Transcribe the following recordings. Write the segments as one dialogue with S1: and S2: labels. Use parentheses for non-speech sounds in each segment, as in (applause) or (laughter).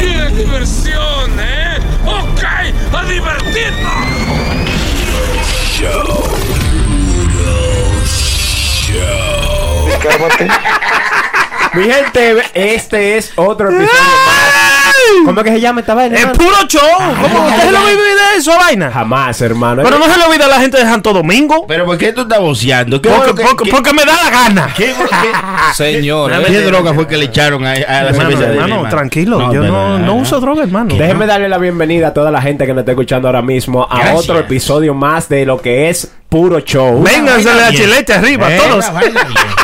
S1: ¡Qué diversión, eh! ¡Ok! ¡A divertirnos!
S2: (laughs) Mi gente, este es otro episodio más. ¿Cómo es que se llama esta vaina?
S3: ¡Es
S2: hermano? Ah,
S3: puro show! ¿Cómo
S2: ay,
S3: ustedes se lo
S2: ay.
S3: viven de eso, vaina?
S2: Jamás, hermano.
S3: Pero no se lo olvida a la gente de Santo Domingo.
S4: Pero ¿por qué tú estás boceando? ¿Qué,
S3: Porque,
S4: fue lo que-
S3: porque- porque me da la gana.
S4: qué-
S3: (laughs)
S4: qué-
S5: Señor,
S4: qué- qué droga fue que le echaron a, a la
S3: Hermano,
S4: cerveza de él,
S3: hermano, tranquilo. yo
S4: pero,
S3: no,
S4: ah,
S3: no
S4: ah.
S3: uso droga, hermano.
S2: Déjenme darle la bienvenida a toda la gente que nos está escuchando ahora mismo a
S4: Gracias.
S2: otro episodio más de lo que es puro show.
S3: Vénganse la
S4: bien.
S3: chilete arriba,
S2: Eh,
S3: todos.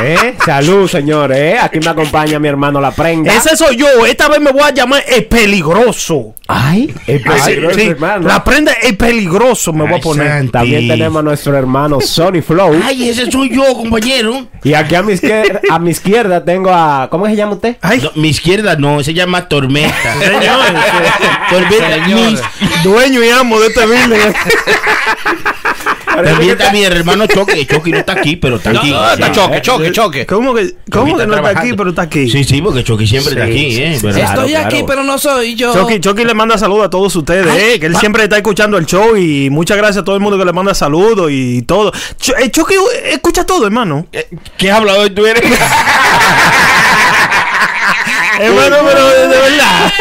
S2: Eh, Salud, señores. eh. Aquí me acompaña mi hermano La Prenda.
S3: Ese soy yo. Esta vez me voy a llamar el peligroso.
S2: Ay, es peligroso,
S3: Sí,
S2: hermano.
S3: La prenda el peligroso me voy a
S4: Ay,
S3: poner.
S4: santo.
S2: También
S4: Sí.
S2: tenemos a nuestro hermano Sony Flow.
S4: Ay, eh. ese soy yo, compañero.
S2: Y aquí a mi, izquierda, a mi izquierda tengo a. ¿Cómo es que se llama usted?
S3: Ay,
S4: No, mi izquierda no, se llama (laughs) Tormenta.
S3: señor,
S4: Tormenta,
S5: señor.
S4: mi-
S3: dueño y amo de este building.
S4: también está mi hermano Choque. Choque no está aquí, pero está aquí.
S5: No, está choque, choque, choque.
S3: ¿Cómo que, cómo que no está
S4: trabajando.
S3: aquí, pero está aquí?
S4: Sí, sí, porque Choque siempre está aquí, ¿eh? ¿verdad?
S5: Estoy
S2: claro.
S5: aquí, pero no soy yo.
S3: Chucky, Chucky le manda saludos a todos ustedes, eh, que él siempre está escuchando el show y muchas gracias a todo el mundo que le manda saludos y todo. Ch- eh, Chucky eh, escucha todo, hermano. Ah,
S4: ¿Qué hablador tú
S3: (laughs)
S4: eres?
S3: hermano, Eh, pero de verdad.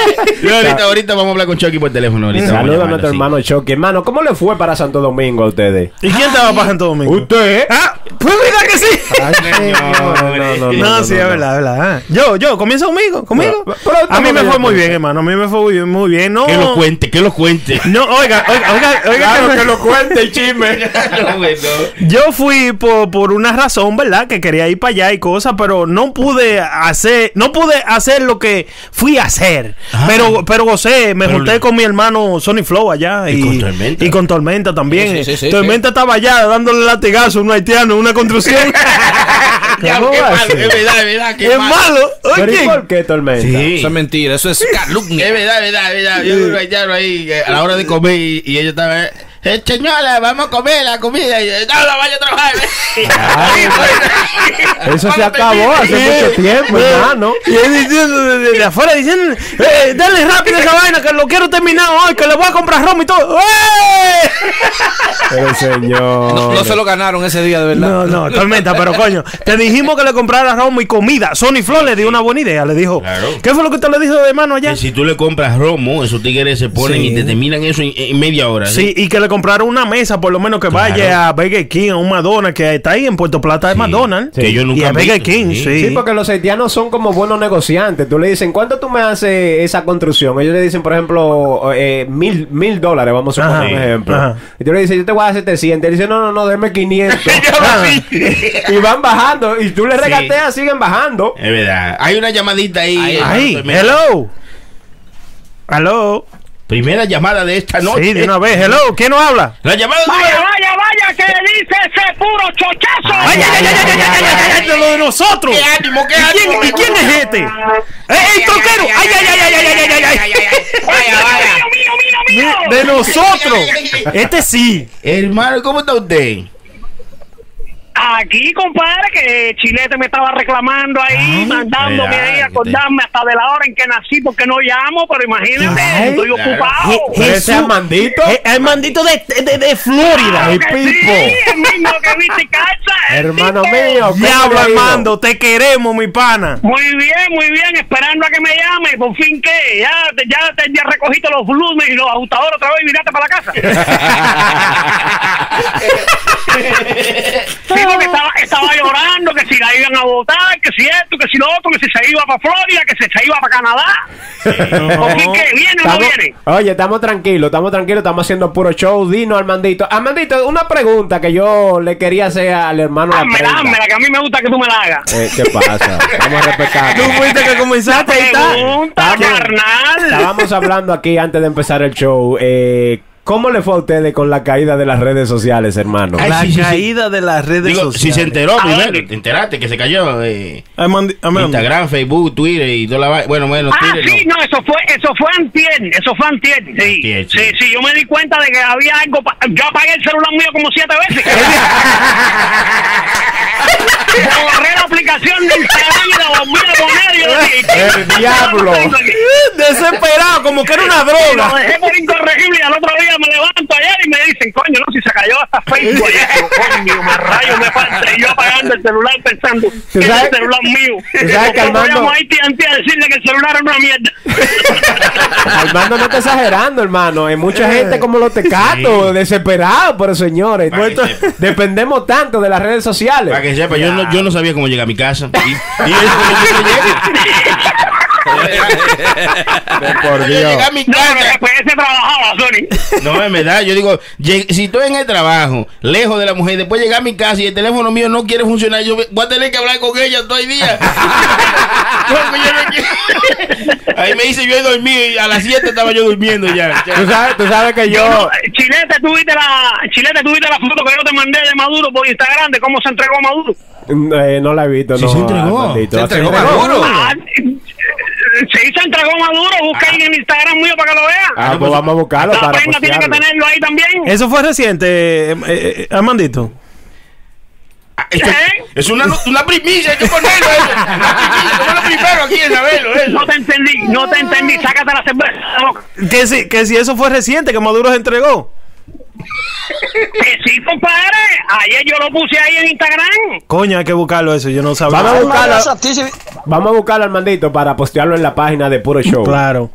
S4: Yo ahorita, ahorita vamos a hablar con Chucky por teléfono. ahorita vamos
S2: Saludos a
S4: llamarlo,
S2: nuestro
S4: sí.
S2: hermano Choque. Hermano, ¿cómo le fue para Santo Domingo a ustedes?
S3: ¿Y quién estaba para Santo Domingo?
S2: ¿Usted?
S3: Ah, pues mira que sí. (laughs)
S2: no,
S3: No, sí, es verdad, es verdad. ah. Yo, yo, comienza conmigo, conmigo.
S2: Pero- pero
S3: a mí
S2: estamos
S3: me
S2: bien,
S3: fue muy
S2: pues.
S3: bien, hermano. A mí me fue muy bien, muy bien. No,
S4: Que lo cuente, que lo cuente.
S3: no, oiga, oiga, oiga, oiga. que me-
S2: cuente el chisme.
S3: Yo fui por, por una razón, ¿verdad? Que quería ir para allá y cosas, pero no pude hacer, no pude hacer lo que fui a hacer.
S2: Ah.
S3: Pero, pero gocé, me
S4: Pero
S3: junté
S4: le-
S3: con mi hermano Sony Flow allá.
S4: Y
S3: Y,
S4: con Tormenta.
S3: y con Tormenta también.
S5: Sí, sí, sí, sí,
S3: tormenta estaba allá dándole latigazo a un haitiano en una construcción.
S4: (laughs) Ya,
S2: ¿Cómo
S4: qué
S2: va a
S4: malo,
S2: ser?
S4: es verdad, es verdad, qué
S3: es malo.
S2: ¿Pero y
S3: Oye.
S2: por qué, Tormenta?
S4: Sí.
S5: Eso es mentira, eso es calumnia.
S4: Es verdad, es verdad, es verdad. Yo vi un haitiano ahí eh, a la hora de comer y, y ellos estaban. Eh, señora, vamos a comer la comida. Y yo, no, no vaya a trabajar.
S2: Eso se
S4: (laughs)
S2: acabó hace mucho tiempo, hermano.
S3: Y él diciendo desde de afuera, diciendo, eh, dale rápido esa vaina, que lo quiero terminar hoy, que le voy a comprar rom y todo. ¡Eh!
S2: Pero
S3: (laughs)
S2: señor.
S5: (laughs) No, no se lo ganaron ese día, de verdad.
S3: No, no, tormenta, pero coño, te dijimos que le comprara romo y comida. Sony Flor le dio una buena idea, le dijo.
S4: Claro.
S3: ¿Qué fue lo que usted le dijo de mano allá?
S4: Que
S3: Sí,
S4: si tú le compras romo, esos tigres se ponen
S3: Sí.
S4: y te terminan eso en, en media hora.
S3: y que le comprara una mesa, por lo menos que vaya a Burger King, a un McDonald's, que está ahí en Puerto Plata de McDonald's.
S4: Que yo nunca
S3: y a
S4: he
S3: Burger
S4: visto,
S3: King, sí.
S4: sí.
S2: Sí, porque los haitianos son como buenos negociantes. Tú le dicen, ¿cuánto tú me haces esa construcción? Ellos le dicen, por ejemplo, eh, mil, mil dólares, vamos a
S3: Ajá.
S2: suponer un ejemplo.
S3: Ajá.
S2: Y tú le dices, yo te voy a dar 700. Y dice, no, no, no, déme
S4: (laughs)
S2: 500. y van bajando. Y tú le regateas, siguen bajando.
S4: Es verdad. Hay una llamadita ahí. eh,
S3: Ahí,
S4: hermano,
S3: hello. Hello.
S4: Primera llamada de esta noche.
S3: Sí, de una vez, hello. ¿Quién nos habla?
S4: La llamada
S6: Vaya, vaya, vaya, que le dice ese puro chochazo.
S3: ¡Ay, ay, ay, ay, ay, ay, ay, ay, ay, de lo de nosotros!
S4: ¡Qué ánimo, qué
S3: ¿Y quién,
S4: ánimo!
S3: y quién es este? ¡Eh, el troquero! ¡Ay, ay, ay, ay, ay, ay, ay, ay, ay!
S4: Vaya, vaya.
S6: Mío, mío, mío, mío.
S3: De nosotros. Este sí.
S4: Hermano, ¿cómo está usted?
S6: Aquí, compadre, que Chilete me estaba reclamando ahí, mandándome
S4: mira,
S6: ahí, acordarme hasta de la hora en que nací, porque no llamo, pero imagínate,
S3: Ay,
S6: estoy
S4: claro.
S6: ocupado.
S2: Je- Ese Armandito.
S3: Eh, Armandito de, de, de Florida.
S6: Claro que Sí, el mismo que viste casa. el
S2: Hermano
S6: tipo.
S2: mío. ¿cómo
S3: Diablo,
S2: le ha ido?
S3: Armando, te queremos, mi pana.
S6: Muy bien, muy bien, esperando a que me llame, por fin que ya, te- ya, te- ya recogiste los volúmenes y los ajustadores otra vez y miraste para la casa. Sí, porque estaba, estaba llorando que si la iban a votar, que si esto, que si lo otro, que si se iba para Florida, que si se iba para Canadá.
S2: (laughs)
S6: ¿Por fin que viene o no
S2: Estamos-
S6: viene?
S2: oye, estamos tranquilos, estamos tranquilos, estamos haciendo puro show. Dino, Armandito. Armandito, una pregunta que yo le quería hacer al hermano.
S4: Ah,
S2: La
S6: Házmela,
S2: Prenda.
S6: házmela, que a mí me gusta que tú me la hagas.
S2: Eh,
S4: (laughs)
S2: ¿Qué pasa? Vamos a respetar.
S3: Tú fuiste que comenzaste ahí está.
S6: Pregunta,
S2: Estamos-
S6: carnal.
S2: Estábamos hablando aquí antes de empezar el show. eh, ¿Cómo le fue a ustedes con la caída de las redes sociales, hermano?
S4: Ay,
S3: La
S4: sí, sí, sí.
S3: caída de las redes
S4: Digo, si
S3: sociales.
S4: se enteró,
S6: A
S4: primero,
S6: ver.
S4: te enteraste que se cayó eh,
S3: Armandi- Armando.
S4: Instagram, Facebook, Twitter y toda la vaina. Bueno, bueno,
S6: Ah,
S4: Twitter
S6: sí,
S4: no.
S6: no, eso fue, eso fue antier, eso fue antier, sí.
S4: Antier, sí.
S6: sí, sí, yo me di cuenta de que había algo, pa- yo apagué el celular mío como siete veces.
S4: (laughs)
S6: (laughs) Borré la aplicación de Instagram y la volví a poner y yo dije, (laughs)
S2: El diablo.
S3: Desesperado. como que era una
S6: Y lo
S3: droga.
S6: dejé por incorregible y al otro día me levanto ayer y me dicen, coño, no, si se cayó hasta Facebook ayer, Digo, coño, me rayo, me falta. Y yo apagando el celular pensando, que es
S2: sabes-
S6: el celular mío.
S2: tú sabes que
S6: Nosotros
S2: Armando-
S6: llamo a AT&T a decirle que el celular era una mierda.
S2: Armando no está exagerando, hermano. Hay mucha
S4: Eh,
S2: gente como los tecatos, desesperados, pero señores,
S4: Para que
S2: nosotros
S4: sepa.
S2: dependemos tanto de las redes sociales.
S4: Para que sepa, yo no, yo no sabía cómo llegar a mi casa. Y, y eso por
S5: Dios.
S4: Llegar a mi
S6: (laughs) No,
S4: casa.
S6: pero después se trabajaba, Sony.
S4: (laughs) No, es verdad. Yo digo, lleg- si estoy en el trabajo, lejos de la mujer, después llegar a mi casa y el teléfono mío no quiere funcionar, yo voy a tener que hablar con ella todo
S6: (laughs)
S4: el día. (laughs) Porque yo no quiero- Ahí me dice, yo he dormido y a las 7 estaba yo durmiendo ya.
S2: Tú sabes, tú sabes que yo.
S6: No, Chilete, tú viste la, Chilete, tú viste la foto que yo te mandé de Maduro por Instagram de cómo se entregó a Maduro.
S2: Eh, no la he visto,
S4: Sí,
S2: no.
S4: se entregó.
S2: Armandito.
S5: Se entregó Maduro.
S6: Ah, sí, se entregó a Maduro, busca ahí en el Instagram mío para que lo vea.
S2: Ah, pues vamos a buscarlo
S6: la
S2: para
S6: prensa tiene que
S2: postearlo.
S6: tenerlo ahí también.
S3: Eso fue reciente, eh, eh, Armandito.
S4: Ah, esto- es una, no- una primicia, hay que ponerlo. eh. Una primicia, somos los primeros aquí en ¿eh? saberlo. eso.
S6: No te entendí, no te entendí. Sácate la cerveza. de la boca.
S3: Que si, que si eso fue reciente, que Maduro se entregó.
S6: Que sí, compadre. Ayer yo lo puse ahí en Instagram.
S3: Coño, hay que buscarlo eso, yo no sabía.
S2: Vamos a buscarlo.
S7: santísima.
S2: Vamos a buscarlo, Armandito, para postearlo en la página de Puro Show.
S3: Claro.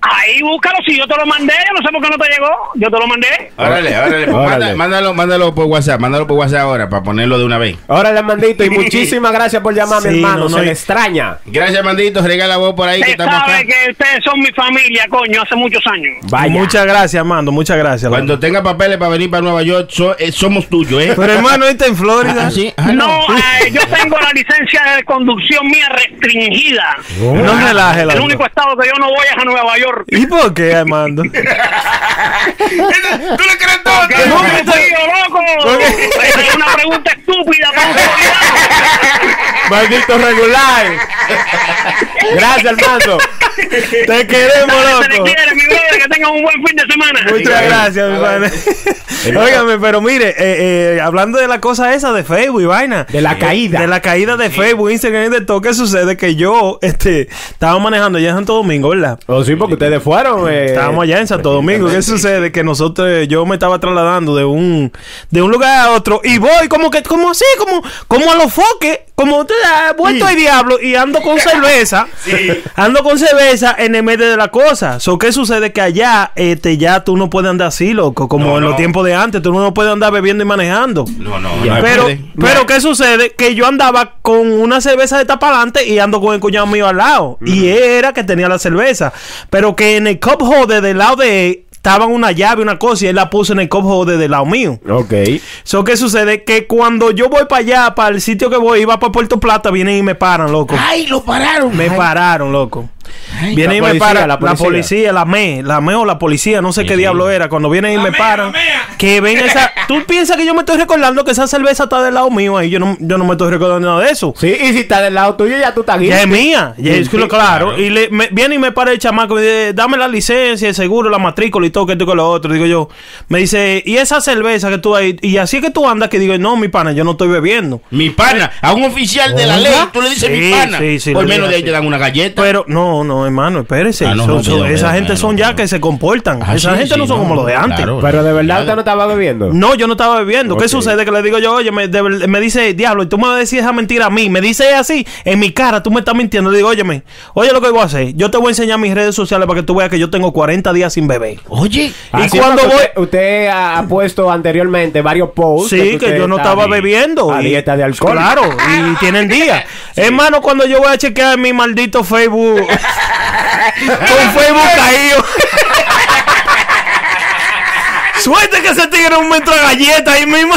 S6: Ahí búscalo. Si yo te lo mandé, yo no sé por qué no te llegó. Yo te lo mandé.
S4: Órale, órale, pues
S2: Órale.
S4: manda- mándalo, mándalo por WhatsApp, mándalo por WhatsApp ahora para ponerlo de una vez.
S2: Ahora, Armandito,
S4: (laughs)
S2: y muchísimas gracias por llamar, mi
S3: Sí,
S2: hermano.
S3: no, no,
S2: Se
S3: y-
S2: le extraña.
S4: Gracias, Mandito, regala voz por ahí que
S6: Usted
S4: estamos acá.
S6: sabe que ustedes son mi familia, coño, hace muchos años.
S2: Vaya.
S3: Muchas gracias, Armando, muchas gracias.
S4: Cuando tenga papeles para venir para Nueva York, so- eh, somos tuyos, ¿eh?
S3: Pero hermano, está en Florida.
S4: Ah, sí. Ah,
S6: No, eh, yo tengo la licencia de conducción mía restringida.
S3: No relaje la
S6: El único estado que yo no voy es a Nueva York.
S3: ¿Y por qué, Armando?
S4: Tú le crees todo.
S6: ¡Qué
S4: ¿no?
S6: tío, loco! Esa es una pregunta estúpida para un colombiano.
S2: Maldito regular. gracias, Armando.
S3: Te queremos,
S6: Dale, Se le
S3: loco.
S6: quiere, mi brother, que tengan un buen fin de semana.
S3: (laughs) Muchas gracias, mi (laughs) pana. Óigame, pero mire, eh, eh, hablando de la cosa esa de Facebook y vaina. Eh,
S2: De la caída.
S3: De la caída de Facebook, Instagram y de todo, ¿qué sucede? Que yo este, estaba manejando ya en Santo Domingo, ¿verdad?
S2: Oh, sí, porque ustedes fueron. eh,
S3: Estábamos allá en Santo Domingo. ¿Qué sucede? Que nosotros, eh, yo me estaba trasladando de un, de un lugar a otro y voy como que, como así, como, como a los foques, como usted ha vuelto al diablo y ando
S2: (laughs)
S3: con cerveza. Ando con cerveza en el medio de la cosa. So, ¿Qué sucede? Que allá este, ya tú no puedes andar así, loco, como
S4: No,
S3: en los
S4: no.
S3: tiempos de antes. Tú no puedes andar bebiendo y manejando.
S4: No, no,
S2: Ya.
S4: no.
S3: Pero,
S4: puede.
S3: pero ¿qué sucede? Que yo andaba con una cerveza de tapalante y ando con el cuñado mío al lado. Y era que tenía la cerveza. Pero que en el cup holder del lado de él estaban una llave, una cosa, y él la puso en el cup holder del lado mío.
S2: Ok.
S3: So, ¿qué sucede? Que cuando yo voy para allá, para el sitio que voy, iba para Puerto Plata, vienen y me paran, loco.
S4: Ay, lo pararon.
S3: Me pararon, loco. Vienen
S2: La
S3: y me
S2: policía,
S3: paran.
S2: la
S3: La
S2: policía.
S3: policía, la, ME, la ME o la policía, no sé qué diablo era. Cuando vienen y me paran, que ven esa. Tú piensas que yo me estoy recordando que esa cerveza está del lado mío ahí. Yo no, yo no me estoy recordando nada de eso.
S2: Sí, y si está del lado tuyo, ya tú estás
S3: Ya
S2: guilty.
S3: es mía, ya es
S2: Sí,
S3: claro.
S4: claro.
S3: Y le, me- viene y me para el chamaco y dice, dame la licencia, el seguro, la matrícula y todo, que esto y que lo otro. Digo yo, me dice, ¿y esa cerveza que tú ahí? Y así que tú andas, que digo, no, mi pana, yo no estoy bebiendo.
S4: Mi pana, a un oficial de la
S3: Oiga.
S4: ley, tú le dices mi
S3: Sí,
S4: pana.
S3: sí, sí,
S4: Por
S3: lo
S4: menos
S3: digo
S4: de ahí
S3: así.
S4: te dan una galleta.
S3: Pero no, no, hermano, espérese.
S4: Ah, no,
S3: Son-
S4: no,
S3: son-
S4: perdón,
S3: esa
S4: perdón,
S3: gente son
S4: perdón,
S3: ya
S4: perdón.
S3: que se comportan.
S4: Ah,
S3: esa
S4: sí,
S3: gente
S4: sí,
S3: no son
S4: no,
S3: como los de antes.
S4: claro.
S2: Pero de verdad usted no estaba bebiendo.
S3: No, yo no estaba bebiendo.
S2: Ok.
S3: ¿Qué sucede? Que le digo yo, oye, me, de ver- me dice, diablo, y tú me decís esa mentira a mí. Me dice así, en mi cara, tú me estás mintiendo. Le digo, óyeme, oye lo que voy a hacer. Yo te voy a enseñar mis redes sociales para que tú veas que yo tengo 40 días sin beber.
S4: Oye,
S2: Ah,
S3: y
S2: sí,
S3: cuando
S2: porque
S3: voy...
S2: Usted, usted ha ha puesto anteriormente varios posts.
S3: Sí, que
S2: usted
S3: yo no
S2: está
S3: estaba
S2: a-
S3: bebiendo.
S2: A
S3: y- pues
S2: dieta de alcohol.
S3: Claro, y
S2: (laughs)
S3: tienen día. Hermano, cuando yo voy a chequear mi maldito
S4: (laughs)
S3: Facebook, con Facebook caído. Suerte que ese tigre un metro de galleta ahí mismo.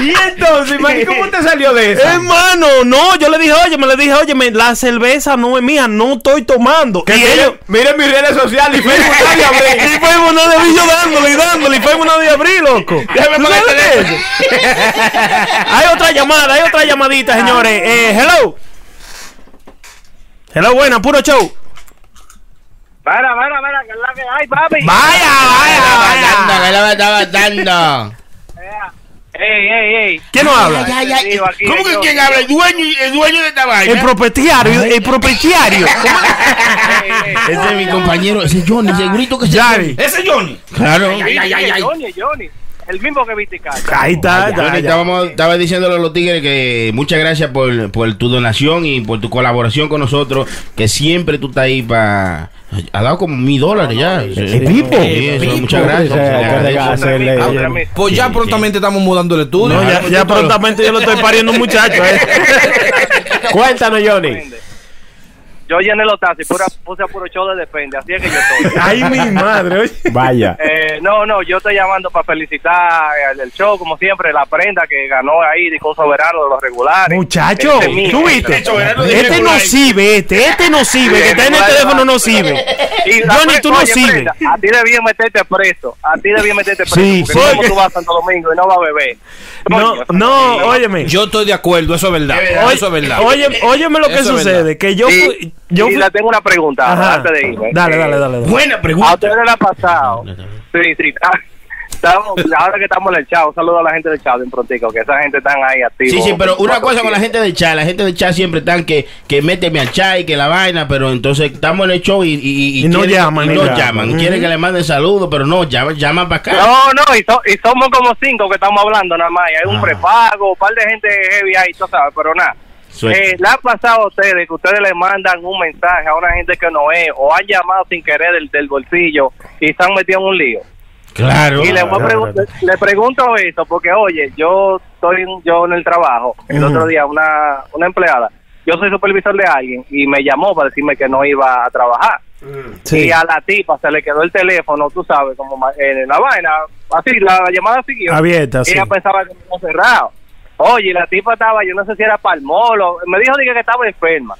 S2: Y entonces, man, ¿cómo te salió de eso?
S3: Hermano, no, yo le dije, oye, me le dije, oye, la cerveza no es mía, no estoy tomando. Y ellos,
S2: Miren mis redes sociales y Facebook
S3: (laughs)
S2: nadie abre.
S3: y fuimos una de yo dándole y dándole y fuimos una de abrir, loco. ¿Tú sabes qué es? hay otra llamada, hay otra llamadita, señores. Eh, hello. Hello, buena, puro show.
S6: Mira, mira, mira, que es la que hay, papi.
S3: Vaya, vaya,
S4: está
S3: vaya.
S4: matando, que lo está matando.
S8: Ey, ey, ey.
S3: ¿Quién nos habla?
S4: Ay, ay, ay.
S8: Digo, aquí
S4: ¿Cómo que
S8: yo-
S4: quién habla? El dueño, el dueño de esta vaina.
S3: El propietario, el propietario.
S4: (laughs) Ese es mi compañero, ese es Johnny, segurito que se
S3: Yari.
S4: Ese es Johnny. Claro.
S8: Ay, ay, ay, ay. Johnny, Johnny. El mismo que viste Carlos.
S3: Ahí está, ya,
S4: Johnny,
S3: ya.
S4: estábamos- estaba diciéndole a los tigres que muchas gracias por, por tu donación y por tu colaboración con nosotros, que siempre tú estás ahí para... Ha dado como mil dólares ya. Sí,
S3: Pipo.
S4: sí, eso,
S5: Pipo. Ah,
S4: muchas gracias.
S2: Sí, hay que
S4: Muchas gracias.
S2: hacerle-
S8: Otra mesa, otra mesa.
S5: Pues ya prontamente estamos mudando el estudio.
S3: No, ya, ya prontamente yo lo estoy pariendo un
S5: (laughs)
S3: muchacho. eh.
S2: Cuéntanos, Johnny.
S8: (laughs) Yo llené los taxis, pura, puse a puro show de depende, así es que yo
S3: (laughs)
S8: estoy.
S3: Ay, mi madre, oye.
S2: (laughs) Vaya.
S8: Eh, no, no, yo estoy llamando para felicitar al al show, como siempre, la prenda que ganó ahí, dijo soberano de los regulares.
S3: Muchacho,
S8: Este es mío.
S3: tú viste.
S4: Este soberano de
S3: Este no
S4: regular.
S3: sirve, este, este no sirve, que está en el teléfono no sirve.
S8: Y la
S3: Johnny,
S8: pre-
S3: tú no
S8: oye,
S3: sirves.
S8: prenda, A ti debías meterte preso, a ti debías meterte preso,
S3: Sí,
S8: porque
S3: porque-
S8: como tú vas a Santo Domingo y no vas a beber.
S3: No,
S8: Coño,
S3: no, óyeme.
S5: Yo estoy de acuerdo, eso es verdad.
S3: Oye,
S5: eso es verdad.
S3: Oye, óyeme lo que
S5: Eso es
S3: sucede,
S5: verdad.
S3: que yo
S8: Y-
S3: fui- yo
S8: y
S3: fui-
S8: la tengo una pregunta
S3: Ajá.
S8: antes de ir.
S3: Dale, dale, dale. dale.
S4: Buena
S8: A
S4: pregunta.
S8: ustedes les ha pasado. Sí, sí. ah, Estamos, ahora que estamos en el chao, un saludo a la gente del chao de Improntico, que esa gente están ahí activa.
S4: Sí, sí, pero una cosa con la gente de chat, la gente de chat siempre están que, que méteme al chat y que la vaina, pero entonces estamos en el show y, y,
S3: Y no
S4: quieren-
S3: llaman,
S4: y
S3: no
S4: no
S3: llaman.
S4: llaman,
S3: Ujú.
S4: quieren que le manden saludos, pero no, llaman, llaman para acá.
S8: No, no, y, so- y somos como cinco que estamos hablando nada más. y hay un
S4: Ah.
S8: prepago, un par de gente heavy ahí, tú sabes, pero nada.
S4: Suelta.
S8: Eh, ¿Le ha pasado a ustedes que ustedes le mandan un mensaje a una gente que no es o han llamado sin querer del, del bolsillo y se han metido en un lío?
S4: Claro.
S8: Y le, voy a pregun- le pregunto eso porque, oye, yo estoy en- yo en el trabajo. El otro día una, una empleada, yo soy supervisor de alguien y me llamó para decirme que no iba a trabajar.
S3: Sí.
S8: Y a la tipa se le quedó el teléfono, tú sabes, como ma- en la vaina. Así, la llamada siguió.
S3: Abierta,
S8: Y Ella
S3: sí.
S8: pensaba que estaba cerrado. Oye, y la tipa estaba, yo no sé si era palmolo. Me dijo dije, que estaba enferma.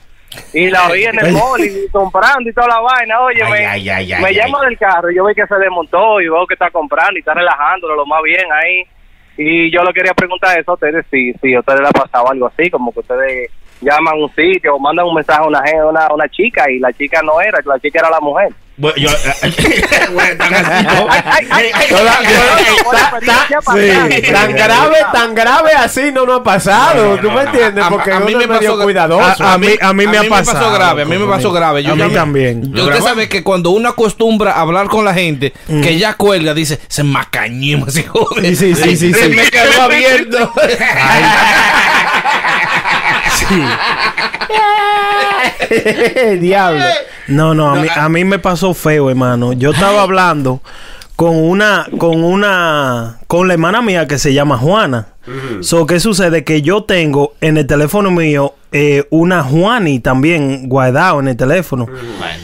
S8: Y la oí en
S3: (laughs)
S8: el mall y comprando y toda la vaina. Oye,
S4: Ay,
S8: me,
S4: ay, ay, ay,
S8: me
S4: ay.
S8: llama del carro. y Yo veo que se desmontó y veo que está comprando y está relajándolo lo más bien ahí. Y yo le quería preguntar eso a ustedes, si, si a ustedes le ha pasado algo así, como que ustedes llaman a un sitio o mandan un mensaje a una, gen- a una, a una chica y la chica no era, la chica era la mujer.
S4: Bueno, yo, bueno, tan así, ¿no?
S8: ay, ay, ay,
S4: Hola,
S8: ay, ay,
S4: hola.
S8: ay, por experiencia pasada.
S2: Sí, tan grave, tan grave así no nos ha pasado. ¿Tú me entiendes?
S5: A- a-
S2: Porque
S5: a
S2: uno
S5: mí
S2: es
S5: me
S2: medio
S5: pasó-
S2: cuidadoso.
S3: a- a mí- me ha pasado,
S5: pasó grave, a mí me
S3: loco,
S5: pasó
S3: a mí.
S5: grave.
S3: A mí
S5: llamé-
S3: también.
S5: Yo- usted sabe que cuando uno acostumbra a hablar con la gente, que ya cuelga, dice, se macañima, se jode.
S3: Sí, sí, sí, sí, sí.
S5: eh, Me quedó (laughs) abierto.
S3: (laughs)
S2: Diablo.
S3: No, no, a mí, a mí me pasó feo, hermano. Yo estaba hablando con una, con una, con la hermana mía que se llama Juana. So, ¿qué sucede? Que yo tengo en el teléfono mío eh, una Juani también guardado en el teléfono.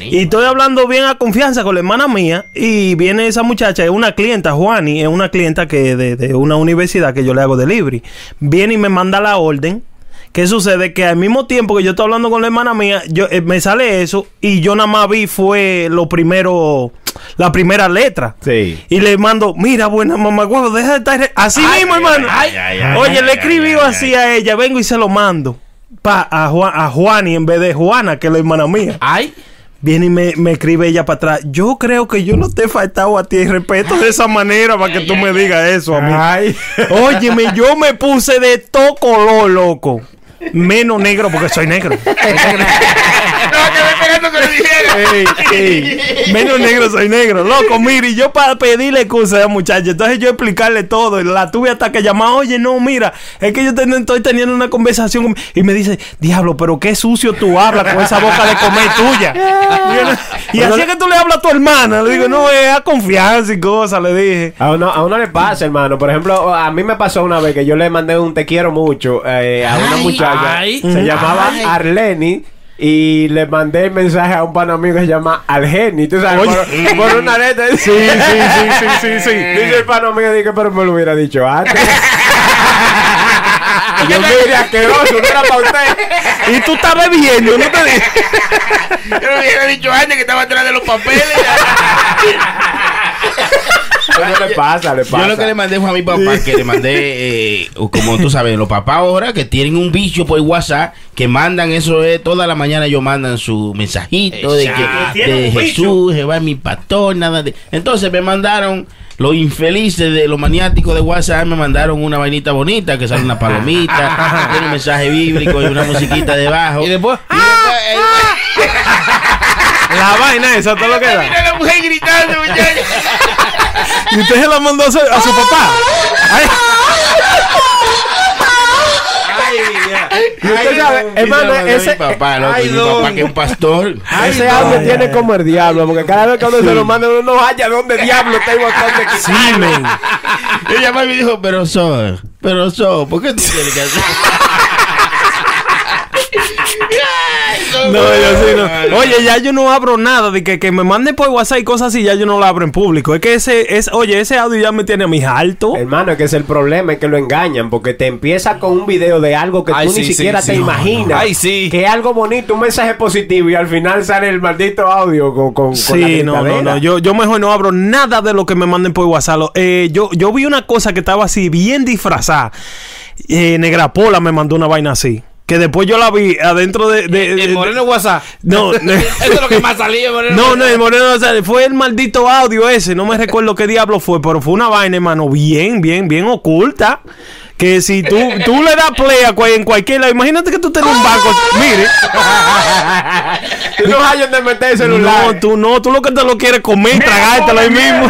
S3: Y estoy hablando bien a confianza con la hermana mía y viene esa muchacha, es una clienta, Juani, es una clienta que de, de una universidad que yo le hago delivery. Viene y me manda la orden. ¿Qué sucede? Que al mismo tiempo que yo estoy hablando con la hermana mía, yo, eh, me sale eso y yo nada más vi fue lo primero, la primera letra.
S2: Sí.
S3: Y le mando, mira, buena mamá, guau, deja de estar... re-". Así mismo, hermano.
S4: ay, ay, ay,
S3: Oye,
S4: ay,
S3: le
S4: ay,
S3: escribí
S4: ay,
S3: así a ella, vengo y se lo mando. Pa, a, Juan, a Juani en vez de Juana, que es la hermana mía.
S5: Ay,
S3: Viene y me, me escribe ella para atrás. Yo creo que yo no te he faltado a ti el respeto de esa manera para que tú me digas eso a mí.
S2: Ay.
S3: Óyeme, yo me puse de todo color, loco. Menos negro porque
S4: (laughs)
S3: soy negro.
S4: No, que me pegando con el dinero.
S3: Ey, ey. Menos negro soy negro, loco. Mire, y yo para pedirle excusa a la muchacha, entonces yo explicarle todo. y La tuve hasta que llamaba, oye, no, mira, es que yo ten- estoy teniendo una conversación con- y me dice, diablo, pero qué sucio tú hablas con esa boca de comer tuya. Y yo le- Y, así es que tú le hablas a tu hermana. Le digo, no, es a confianza y cosas, le dije.
S2: A uno, a uno le pasa, hermano. Por ejemplo, a mí me pasó una vez que yo le mandé un te quiero mucho eh, a una
S5: Ay,
S2: muchacha.
S5: ay,
S2: se llamaba
S5: ay.
S2: Arleni. Y le mandé el mensaje a un pan amigo que se llama Argeni. Tú sabes, por, por una letra. Sí, sí, sí, sí, sí, sí. (laughs) Dice el pan amigo, dije, pero me lo hubiera dicho
S3: (laughs)
S2: antes. yo mira, asqueroso, no era para
S3: (laughs)
S2: usted.
S3: Y tú estás bebiendo, no te dije.
S4: Yo le hubiera dicho antes que estaba atrás de los papeles.
S2: Eso le pasa, le pasa.
S4: Yo lo que le mandé fue a mi papá, que le mandé, eh, o como tú sabes, los papás ahora que tienen un bicho por WhatsApp, que mandan eso, eh, toda la mañana ellos mandan su mensajito de que
S3: Tienen
S4: de
S3: un bicho.
S4: Jesús, Jehová es mi pastor, nada de... Entonces me mandaron, los infelices de los maniáticos de WhatsApp, me mandaron una vainita bonita, que sale una palomita, tiene un mensaje bíblico y una musiquita debajo.
S5: Y después,
S4: Y después, eh,
S3: La vaina esa, todo lo que da.
S4: mira la mujer gritando, muchachos.
S3: Y usted se la mandó a su, a su papá. Ay.
S2: Y usted sabe, hermano, ese,
S4: mi papá, Ah, loco,
S2: Ay,
S4: y mi
S2: no.
S4: papá que es un pastor.
S2: ese audio
S3: ay,
S2: tiene
S3: ay.
S2: como el diablo, porque cada vez que uno se lo manda, uno no halla dónde diablo está el botón de quitar.
S4: (laughs)
S3: Sí, men.
S4: Yo llamé y me dijo, pero so, pero so, ¿por qué tú tienes que hacer? Ay,
S3: No, yo sí no. Oye, ya yo no abro nada. De que, que me manden por WhatsApp y cosas así, ya yo no la abro en público. Es que ese, es, oye, ese audio ya me tiene a mis eh, alto.
S2: Hermano, que es el problema, es que lo engañan, porque te empieza con un video de algo que
S5: Ay,
S2: tú
S5: sí,
S2: ni
S5: sí,
S2: siquiera
S5: sí.
S2: te
S5: No, no.
S2: imaginas.
S5: Ay, sí.
S2: Que es algo bonito, un mensaje positivo, y al final sale el maldito audio con, con, con la
S3: Sí, no, no,
S2: gritadera.
S3: no. Yo, yo mejor no abro nada de lo que me manden por WhatsApp. Lo- eh, yo, yo vi una cosa que estaba así, bien disfrazada. Eh, Negra Pola me mandó una vaina así. Que después yo la vi adentro de. de- de-
S5: el moreno WhatsApp. (laughs)
S3: No, no.
S5: Ah. Eso es lo que más salió, moreno.
S3: No, no, el Moreno o sea, fue el maldito audio ese. No me recuerdo qué diablo fue, pero fue una vaina, hermano, bien, bien, bien oculta. Que si tú, tú le das play a cual- en cualquier lado, imagínate que tú tenés un banco.
S5: (laughs)
S3: Mire.
S2: Tú no hallas de meter el celular.
S3: No, tú no, tú lo que te lo quieres comer, tragártelo ahí mismo.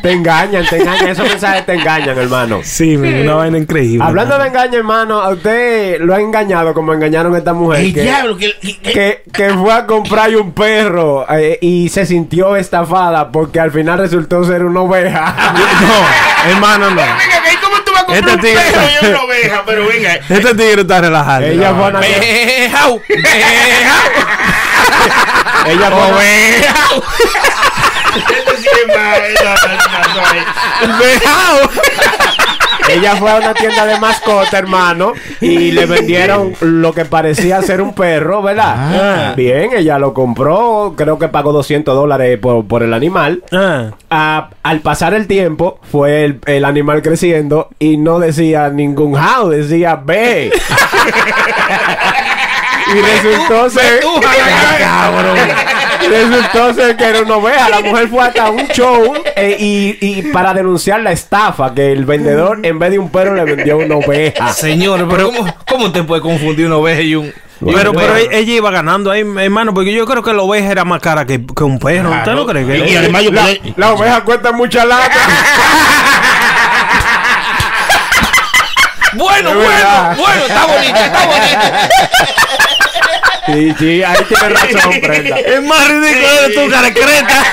S2: Te engañan, te engañan. Esos mensajes te engañan, hermano.
S3: Sí, men, una vaina increíble.
S2: Hablando de engaño, hermano, a usted lo ha engañado como engañaron a esta mujer.
S4: El
S2: que-
S4: diablo, que, que- que-
S2: que, que fue a comprar un perro eh, y se sintió estafada porque al final resultó ser una oveja.
S3: (laughs) No, hermano, no.
S4: Venga, que ahí ¿cómo tú vas a comprar
S3: Este
S4: un
S3: tigre-
S4: perro y (laughs) una oveja? Pero venga.
S3: Este tigre está relajado.
S2: ella fue a una,
S5: Vejao, vejao.
S2: ella fue a una-
S4: Este sí es más. no, no, no, no.
S3: Vejao.
S2: ella fue a una tienda de mascota, hermano, y le vendieron lo que parecía ser un perro, ¿verdad?
S4: Ah.
S2: Bien, ella lo compró, creo que pagó 200 dólares por, por el animal.
S3: Ah,
S2: Ah, al pasar el tiempo, fue el, el animal creciendo y no decía ningún how, decía B. y resultó ser. (laughs) Ya, cabrón. Resultó ser que era una oveja. La mujer fue hasta un show eh, y, y para denunciar la estafa, que el vendedor en vez de un perro le vendió una
S4: Ah,
S2: oveja.
S5: Señor, pero ¿cómo, ¿cómo te puede confundir una oveja y un. y un
S3: pero pero
S5: perro?
S3: e- ella iba ganando ahí, hermano, porque yo creo que la oveja era más cara que, que un perro. ¿Usted no cree que
S4: Y, y además yo
S2: La,
S4: podía-
S2: la oveja cuesta mucha lata.
S5: Bueno,
S2: Es
S5: bueno,
S2: verdad.
S5: bueno, está bonita,
S2: (laughs)
S5: está bonita.
S2: Sí, sí, ahí tiene razón,
S3: (laughs)
S4: (laughs)
S2: Prenda.
S3: Es más ridículo de tu cara creta.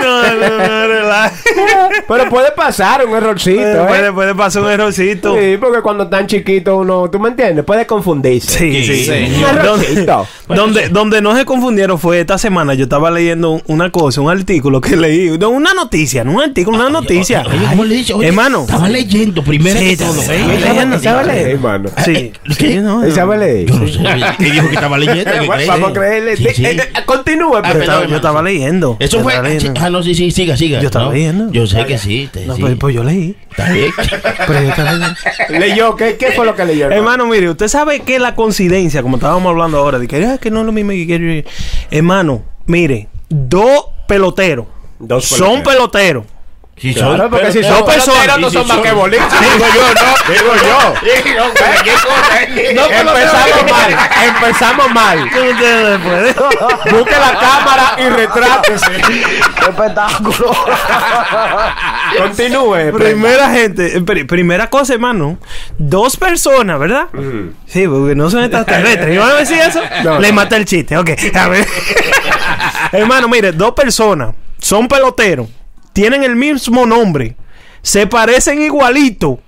S3: No, no, no, relaja.
S2: (laughs) Pero puede pasar un errorcito. ¿eh?
S3: Puede, puede pasar un errorcito.
S2: Sí, porque cuando están chiquitos uno, ¿tú me entiendes? Puede confundirse.
S3: Sí, sí,
S2: Un
S3: Donde,
S2: errorcito.
S3: donde, donde no se confundieron fue esta semana. Yo estaba leyendo un- una cosa, un artículo que leí. no, Una noticia, no un artículo, una noticia.
S4: Ah, Oye, ¿cómo le dice? Oye,
S3: Hermano.
S4: Estaba leyendo primero que
S3: Sí,
S4: todo.
S3: estaba
S4: ¿eh?
S3: leyendo.
S4: Estaba-
S2: ¿Sabe leer, hermano?
S3: Sí,
S4: ¿Qué?
S3: sí, no,
S2: ¿Él
S3: no.
S2: sabe leer?
S4: Yo no sé. ¿Qué dijo que estaba leyendo? ¿Qué
S2: (laughs) Bueno,
S4: crees?
S2: Vamos a creerle.
S4: Sí,
S2: Eh,
S4: sí.
S2: eh, eh, Continúa,
S4: Ah,
S3: Yo
S2: pero.
S4: perdón.
S3: estaba, yo estaba leyendo.
S4: (laughs) Eso
S3: Yo
S4: fue.
S3: estaba leyendo.
S4: Ah, no, sí, sí, siga, siga.
S3: Yo estaba
S4: ¿no?
S3: leyendo.
S4: Yo sé que sí. te-
S3: No,
S4: sí.
S3: pues, pues yo leí.
S4: Está bien.
S3: Pero yo estaba leyendo.
S2: Leyó, ¿qué, ¿qué fue lo que leyó?
S3: Hermano, mire, usted sabe que la coincidencia, como estábamos hablando ahora, de que, ah, que no es lo mismo que quiero ir. Hermano, mire, dos peloteros.
S2: Dos
S3: Son peloteros.
S4: Sí, son-
S2: Claro, porque si
S4: pero-
S2: son
S4: pero-
S2: personas, no
S4: sí,
S2: son
S4: sí,
S2: más que boliches. Digo yo, no. Digo yo.
S4: (laughs) Sí, no, cualquier cosa, ¿eh?
S2: Empezamos mal. Empezamos mal. Busque la cámara y retrátese. espectáculo. Continúe. prenda.
S3: Primera gente, eh, pri- primera cosa, hermano. Dos personas, ¿verdad? Sí, porque no son extraterrestres. ¿Iban a decir eso?
S2: No,
S3: Le
S2: no.
S3: maté el chiste, ok. A ver. hermano, mire, dos personas son peloteros, tienen el mismo nombre, se parecen igualito,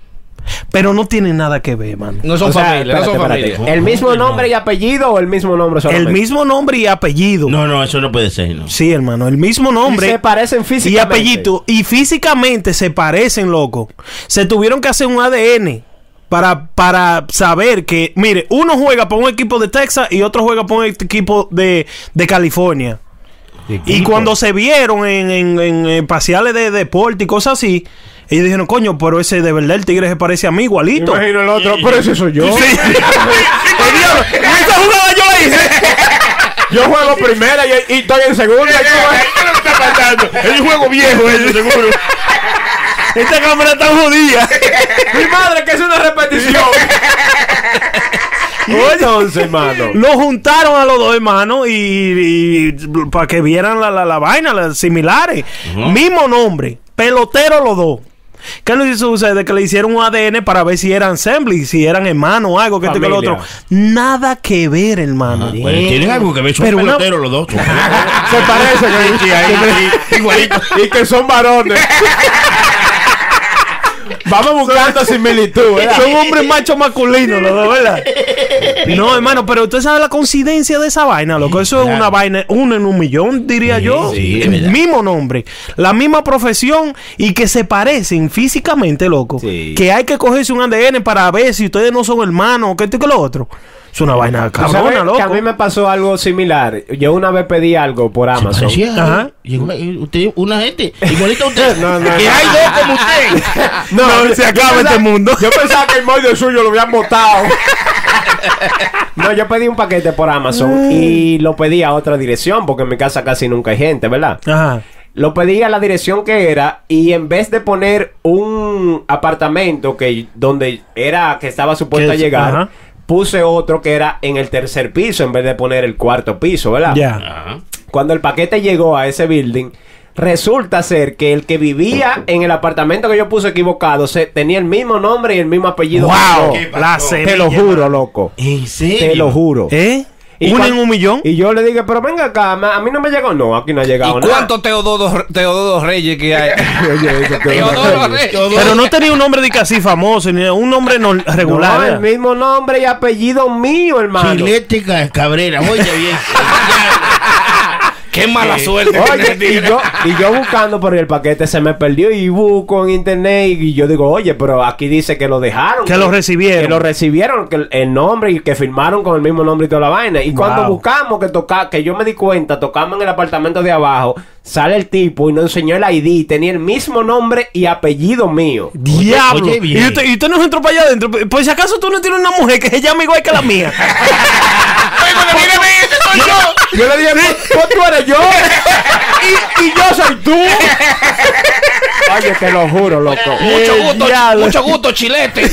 S3: pero no tienen nada que ver, hermano.
S5: No son
S2: O sea,
S5: familia, no
S2: espérate,
S5: son
S2: espérate.
S5: familia.
S2: ¿El mismo nombre y apellido o el mismo nombre solamente?
S3: El
S2: (laughs)
S3: mismo nombre y apellido.
S4: No, no, eso no puede ser, no.
S3: Sí, hermano, el mismo nombre.
S2: Y se parecen
S3: y
S2: físicamente.
S3: apellido y físicamente se parecen, loco. Se tuvieron que hacer un ADN para, para saber que, mire, uno juega por un equipo de Texas y otro juega por un equipo de, de California. Y cuando se vieron en, en, en- en parciales de deporte y cosas así, ellos dijeron, coño, pero ese de verdad el tigre se parece a mí igualito.
S2: Imagino el otro, pero ese soy yo. (laughs)
S3: Sí. ¡Oh, diablo! ¡Esa jugada yo la hice!
S2: Yo juego primera y, y estoy en segunda.
S4: ¿Qué le está pasando? Es un juego viejo, eso seguro.
S3: Esta cámara está jodida.
S2: Mi madre, que es una repetición. Entonces, hermano.
S3: Lo juntaron a los dos hermanos y, para que vieran la, la, la vaina, las similares. Mismo nombre, pelotero los dos. ¿Qué le hizo sucede? Que le hicieron un ADN para ver si eran y si eran hermanos o algo, que este que lo otro.
S2: Familia.
S3: Nada que ver, hermano.
S4: Tienen algo que ver, son
S3: Pero una-
S4: peloteros los (laughs) dos.
S2: Se parece que,
S4: Sí, ahí, sí, igualito.
S2: y que son varones. Vamos buscando similitud, ¿verdad?
S3: Son hombres macho masculino, los dos, ¿verdad? (laughs) No, hermano, pero usted sabe la coincidencia de esa vaina, loco. Eso es una vaina, uno en un millón, diría yo.
S4: sí, es verdad.
S3: el mismo nombre, la misma profesión y que se parecen físicamente, loco.
S2: Sí.
S3: Que hay que cogerse un ADN para ver si ustedes no son hermanos o que esto y que lo otro. Es una vaina
S2: Tú sabes
S3: cabrona, loco.
S2: que a mí me pasó algo similar. Yo una vez pedí algo por Amazon.
S4: Parecía,
S3: Ajá.
S4: llegó una- eh, usted, una gente, igualito a usted.
S2: No, no,
S4: que
S2: no.
S4: hay dos como usted.
S2: (laughs)
S3: No,
S2: yo
S3: se acaba
S2: pensaba-
S3: este mundo.
S2: Yo pensaba que el molde suyo lo habían botado. (laughs) No, yo pedí un paquete por Amazon y lo pedí a otra dirección porque en mi casa casi nunca hay gente, ¿verdad?
S3: Ajá.
S2: Lo pedí a la dirección que era y en vez de poner un apartamento que donde era que estaba supuesta a
S3: Que-
S2: llegar,
S3: ajá.
S2: puse otro que era en el tercer piso en vez de poner el cuarto piso, ¿verdad?
S3: Ya.
S4: Ajá.
S2: Cuando el paquete llegó a ese building, resulta ser que el que vivía en el apartamento que yo puse equivocado se, tenía el mismo nombre y el mismo apellido.
S3: Wow.
S2: que yo.
S3: La
S2: Te lo
S3: semilla.
S2: juro, loco.
S4: ¿En serio?
S2: Te lo juro.
S3: ¿Eh?
S2: Y
S3: ¿Una
S2: cuan-
S3: en un millón?
S2: Y yo le dije, pero venga acá, ma- a mí no me llegó. No, aquí no ha
S5: ¿Y
S2: llegado nada.
S5: cuántos Teodoro, Teodoro Reyes que hay?
S2: (laughs) Oye, eso te lo
S5: Teodoro
S2: juro.
S5: Reyes.
S3: Pero no tenía un nombre de que así famoso, ni un nombre no- regular.
S2: No,
S3: ¿verdad?
S2: el mismo nombre y apellido mío, hermano.
S4: Chilete Ca- Cabrera, oye bien.
S5: Qué mala suerte.
S2: Oye, y yo, y yo buscando por el paquete se me perdió y busco en internet y yo digo, oye, pero aquí dice que lo dejaron.
S3: Que lo recibieron.
S2: Que lo recibieron, que el, el nombre y que firmaron con el mismo nombre y toda la vaina. Y cuando
S3: Wow.
S2: buscamos que toca, que yo me di cuenta, tocamos en el apartamento de abajo, sale el tipo y nos enseñó el ID, tenía el mismo nombre y apellido mío.
S3: Diablo.
S4: Oye, bien.
S3: y, usted, y usted no entró para allá adentro. Pues pues, si acaso tú no tienes una mujer que se llama igual que la mía.
S2: Yo le dije, "Pues- pues tú eres yo y, y yo soy tú. Oye, te lo juro, loco.
S5: Mucho
S3: Eh,
S5: gusto, mucho gusto,
S2: (laughs)
S5: chilete.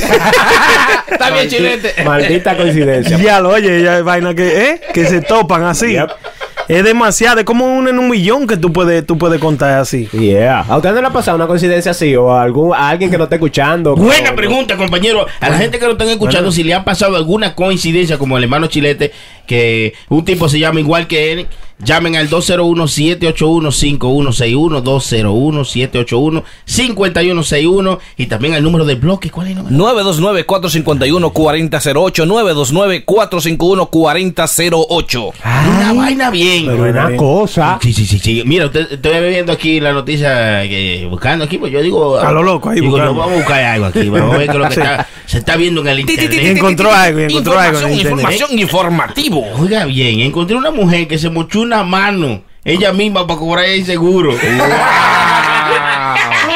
S5: Está bien, chilete.
S2: Maldita coincidencia.
S3: ya lo oye, ya hay vaina que, ¿eh? que se topan así.
S2: Yep.
S3: Es demasiado, es como un en un millón que tú puedes, tú puedes contar así.
S2: Yeah. ¿A usted no le ha pasado una coincidencia así o a, algún, a alguien que no está escuchando?
S4: Buena
S2: No,
S4: pregunta, compañero. A la gente que lo están escuchando, si le ha pasado alguna coincidencia como el hermano Chilete, que un tipo se llama igual que él, llamen al 201-781-5161, 201-781-5161 y también al número del bloque. ¿Cuál es el número?
S5: 929-451-4008. 929-451-4008.
S2: Ah,
S4: Una vaina bien.
S2: Pero una cosa.
S4: Sí, sí, sí, sí. Mira, usted, estoy viendo aquí la noticia, que, buscando aquí, pues yo digo...
S3: A lo loco, ahí
S4: digo,
S3: buscando.
S4: no, vamos a buscar algo aquí, vamos a ver qué
S3: (laughs)
S4: es lo que está- se está viendo en el internet.
S3: encontró algo, encontró algo en
S5: Información,
S3: internet.
S5: información, informativo.
S4: Oiga bien, encontré una mujer que se mochó una mano ella misma para cobrar el
S2: (laughs)
S4: seguro.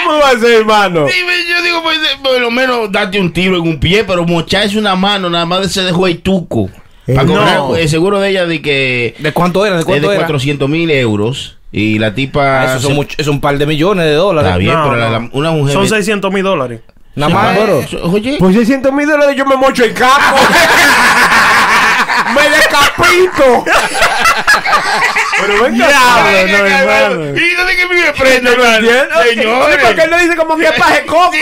S2: ¿Cómo va a ser, hermano?
S4: Dime, yo digo, pues, eh, por lo menos date un tiro en un pie, pero mocharse una mano, nada más se dejó el tuco.
S2: Eh,
S4: Para cobrar pues.
S3: no.
S4: el Eh, seguro de ella de que
S5: ¿De cuánto era? ¿De
S4: es de
S5: cuánto era?
S4: 400 mil euros. Y la tipa...
S5: Ah, eso son
S4: se-
S5: mucho- es un par de millones de dólares.
S4: Está bien,
S3: No,
S4: pero la-
S3: no.
S4: la- una mujer...
S3: Son 600 mil dólares.
S5: Nada más. eh,
S4: Pero, Oye,
S2: Pues 600 mil dólares yo me mocho el capo. ¡Me descapito! Pero venga,
S3: Diablo,
S4: Venga,
S3: no,
S4: cabrón.
S3: hermano.
S4: ¿Y dónde que vive prenda,
S2: ¿entiendes?
S4: hermano?
S2: Sí, porque él no dice como que paje coco.
S4: Sí,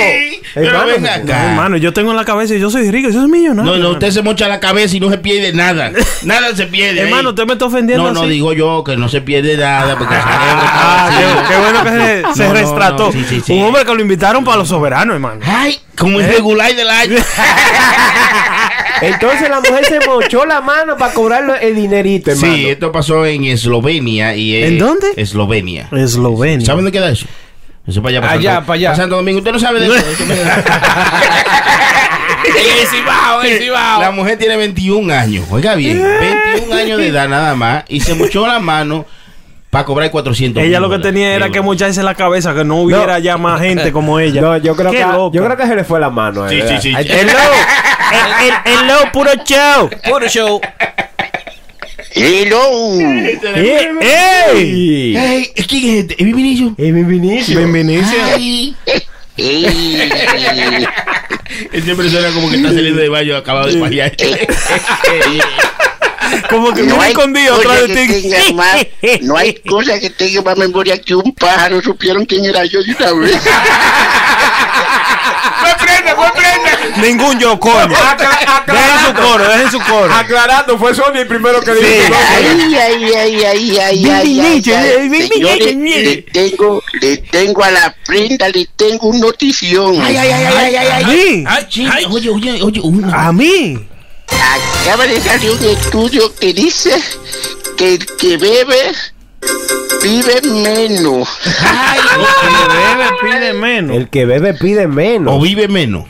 S4: pero
S2: Hermano,
S4: ven
S3: No,
S4: acá.
S3: hermano, yo tengo en la cabeza y yo soy rico, yo soy millonario.
S4: No, no, usted se mocha la cabeza y no se pierde
S3: (laughs)
S4: nada. Nada se pierde.
S3: Hermano,
S4: ahí.
S3: usted me está ofendiendo
S4: No, no,
S3: así.
S4: digo yo que no se pierde nada porque el cerebro está (laughs)
S3: Ah,
S4: vacío.
S3: qué, qué bueno que se, se
S4: No, no,
S3: retrató.
S4: no, sí, sí, sí.
S3: Un hombre que lo invitaron para los soberanos, hermano. ¿Eh?
S4: Ay, como irregular del año. (laughs)
S2: Entonces la mujer se mochó la mano para cobrar el dinerito, hermano.
S4: sí, esto pasó en Eslovenia y eh,
S3: ¿En dónde?
S4: Eslovenia.
S3: Eslovenia.
S4: ¿Saben dónde queda eso? Eso para allá, para
S5: Allá,
S4: Santo-
S3: (laughs)
S5: para allá.
S4: Santo Domingo. Usted no sabe de eso.
S5: En el Cibao, en el Cibao.
S4: La mujer tiene 21 años, oiga
S3: (laughs)
S4: bien, 21 años de edad nada más, y se mochó la mano para cobrar 400
S3: Ella lo que
S4: dólares.
S3: tenía era que mocharse la cabeza, que no hubiera
S2: No.
S3: ya más gente como
S4: (laughs)
S3: ella.
S2: No, yo creo,
S3: Qué
S2: que, yo
S3: loca.
S2: creo que se le fue la mano. eh,
S4: Sí, sí,
S2: ¿verdad?
S4: sí.
S5: Ay,
S3: Hello, el, el- hello, puro show.
S5: Puro show.
S7: Hello.
S3: (laughs) Eh, ¡Ey!
S2: Y-
S4: Ey, ¿Quién es este? ¿Es mi Vinicius?
S2: Y mi Vinicio.
S4: Ay.
S7: Ey.
S4: Él siempre suena Este como que está saliendo de baño acabado de (laughs)
S3: (laughs)
S4: fallar.
S3: Como que
S7: No
S3: viene
S7: hay,
S3: escondido atrás
S7: cosa
S3: de
S7: que
S3: (laughs)
S7: tenga más,
S3: ti.
S7: no hay cosa que tenga más memoria que un pájaro. Supieron quién era yo de una vez.
S3: Ningún yo, coño. Dejen su coro, dejen su coro.
S2: Aclarando, fue Sony el primero que dijo. su nombre.
S7: Ay, ay, ay, ay, ay, ay, ay, ay. Señores, le tengo, le tengo a la prenda, le tengo un notición.
S3: ¿A mí?
S4: Ay, Ah, Oye, oye, oye, uno.
S3: ¿A mí?
S7: Acaba de salir un estudio que dice que el que bebe vive menos.
S4: Ay,
S3: Bebe, Ah, pide menos.
S2: El que bebe pide
S4: o
S2: menos.
S4: vive menos.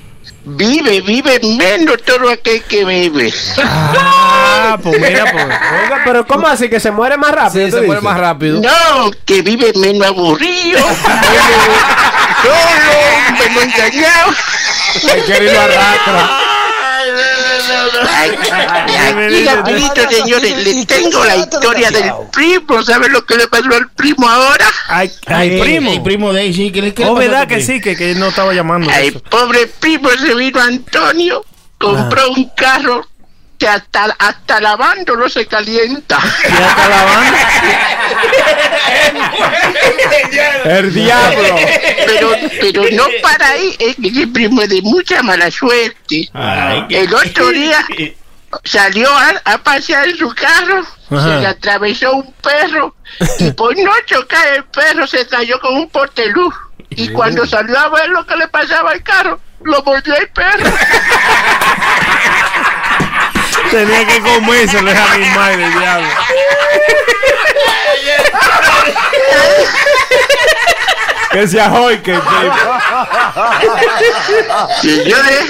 S7: Vive, vive menos todo aquel que bebe.
S3: Ah, pues mira, pues.
S2: Oiga, pero ¿cómo así? ¿Que se muere más rápido?
S5: Sí,
S2: tú
S5: se muere
S2: dices?
S5: más rápido.
S7: No, que vive menos aburrido. Solo, menos engañado.
S2: El que lo arrastra.
S7: Ay, Aquí, rapidito, señores, les tengo la historia del primo. ¿Saben lo que le pasó al primo ahora?
S3: Ay,
S4: Eh,
S3: ay,
S4: El
S3: primo.
S4: primo de ahí, sí. ¿qué le- qué le
S3: Oh,
S4: pasó a
S3: verdad
S4: tu
S3: que
S4: primo?
S3: sí, que, que no estaba llamando.
S7: Ay,
S4: (laughs)
S7: pobre primo, se vino Antonio, compró
S4: Ah.
S7: un carro que hasta, hasta lavándolo se calienta.
S3: Ya está lavando.
S4: (laughs)
S2: (laughs) El diablo.
S7: (laughs) Pero, pero no para ahí, es que ese primo es de mucha mala suerte.
S4: Ay, qué-
S7: El otro día salió a, a pasear en su carro, se le atravesó un perro y por no chocar el perro se cayó con un porteluz. Y cuando salió a ver lo que le pasaba al carro, lo mordió el perro.
S3: Tenía que comérselo a mi madre, diablo.
S2: Que se ajoy, que
S7: Señores,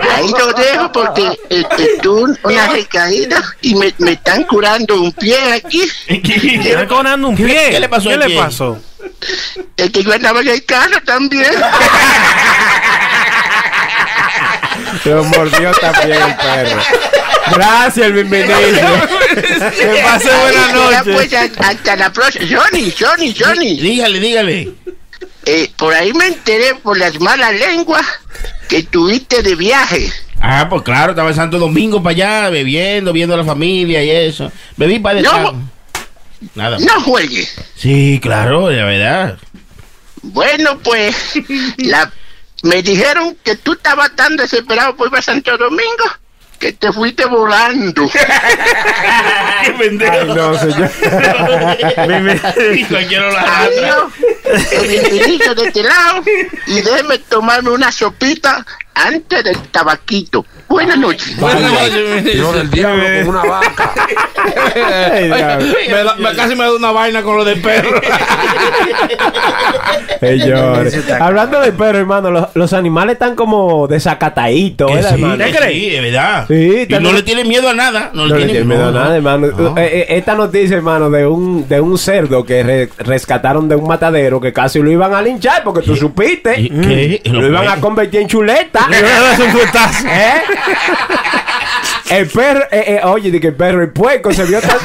S7: ahí lo dejo porque este, tuve una recaída y me, me están curando un pie
S4: (laughs)
S7: aquí.
S3: Está conando un pie.
S4: qué le pasó
S3: ¿Qué
S4: al
S3: le
S4: pie?
S3: pasó?
S7: El que yo andaba en el carro también.
S2: lo mordió también el perro. Gracias,
S7: (laughs)
S2: el bienvenido.
S3: Que pase buena
S7: Ya,
S3: noche.
S7: pues, a- hasta la próxima. Johnny, Johnny, Johnny.
S4: Dígale, dígale.
S7: Eh, por ahí me enteré por las malas lenguas que tuviste de viaje.
S4: Ah, pues claro, estaba en Santo Domingo para allá, bebiendo, viendo a la familia y eso. Bebí para descansar.
S7: No. pues,
S4: Nada. más.
S7: No juegues.
S4: Sí, claro, la verdad.
S7: Bueno, pues, la, me dijeron que tú estabas tan desesperado por ir a Santo Domingo que te fuiste volando.
S4: Qué pendejo.
S2: No, señor.
S4: quiero la
S7: Adiós, el infinito de este lado y déjeme tomarme una sopita antes del tabaquito. Buenas noches.
S5: Yo del diablo con una vaca.
S2: Ay, diablo.
S5: Me da- me- casi me da una vaina con lo del
S2: (laughs)
S5: perro.
S2: Señores. Hablando de perro, hermano, los, los animales están como desacataditos, ¿verdad, hermano?
S4: ¿Qué crees? Sí, es verdad.
S2: Sí,
S4: Ah, y no
S2: también-
S4: le tiene miedo a nada. No,
S2: No le tiene miedo a
S4: no.
S2: nada, hermano.
S4: No.
S2: Eh, eh, Esta noticia, hermano, de un, de un cerdo que re- rescataron de un matadero que casi lo iban a linchar porque tú supiste.
S4: ¿Y qué?
S2: Lo iban a convertir en chuleta. (laughs) ¿Eh? El perro, eh, eh, oye, de que el perro, el puerco se vio
S4: (laughs)
S2: tan.